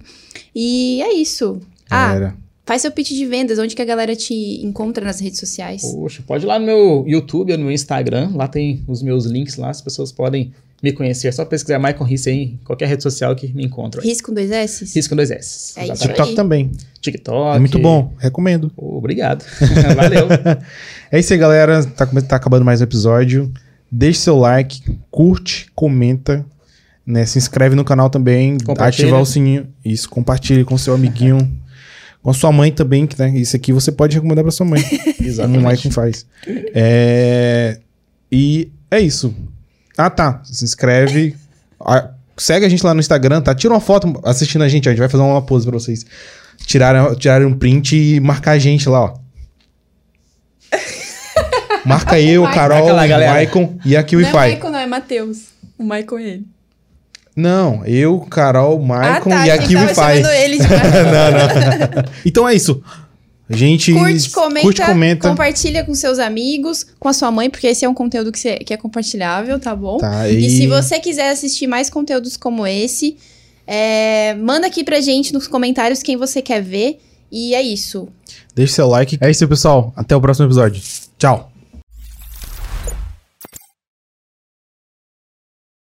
E é isso. Ah, Galera, faz seu pitch de vendas, onde que a galera te encontra nas redes sociais. Oh, Poxa, pode ir lá no meu YouTube, no meu Instagram, lá tem os meus links lá, as pessoas podem me conhecer. É só pesquisar Michael Risse aí em qualquer rede social que me encontram. Risco com dois S? Risco 2 S. É isso Exatamente. TikTok aí. também. TikTok. É muito bom. Recomendo. Obrigado. Valeu. É isso aí, galera. Tá, come- tá acabando mais um episódio. Deixe seu like, curte, comenta, né? Se inscreve no canal também, Compartilha. ativar o sininho. Isso, compartilhe com seu amiguinho, com sua mãe também, que né? Isso aqui você pode recomendar pra sua mãe. Como o Maicon um faz. É, E é isso. Ah, tá. Se inscreve. Ah, Segue a gente lá no Instagram, tá? Tira uma foto assistindo a gente, ó. A gente vai fazer uma pose pra vocês. Tiraram, tiraram um print e marcar a gente lá, ó. Marca eu, Vai. Carol, Marca lá, galera. Maicon e Não a é KiwiFi. Michael, não, é Matheus. O Michael é ele. Não, eu, Carol, Maicon ah, tá. e a achei que tava KiwiFi. chamando ele de Michael. não, não. então é isso. Gente, Curte, comenta, curte, comenta. compartilha com seus amigos, com a sua mãe, porque esse é um conteúdo que, você- que é compartilhável, tá bom? Tá, E se você quiser assistir mais conteúdos como esse, é, manda aqui pra gente nos comentários quem você quer ver. E é isso. Deixe seu like. É isso, pessoal. Até o próximo episódio. Tchau.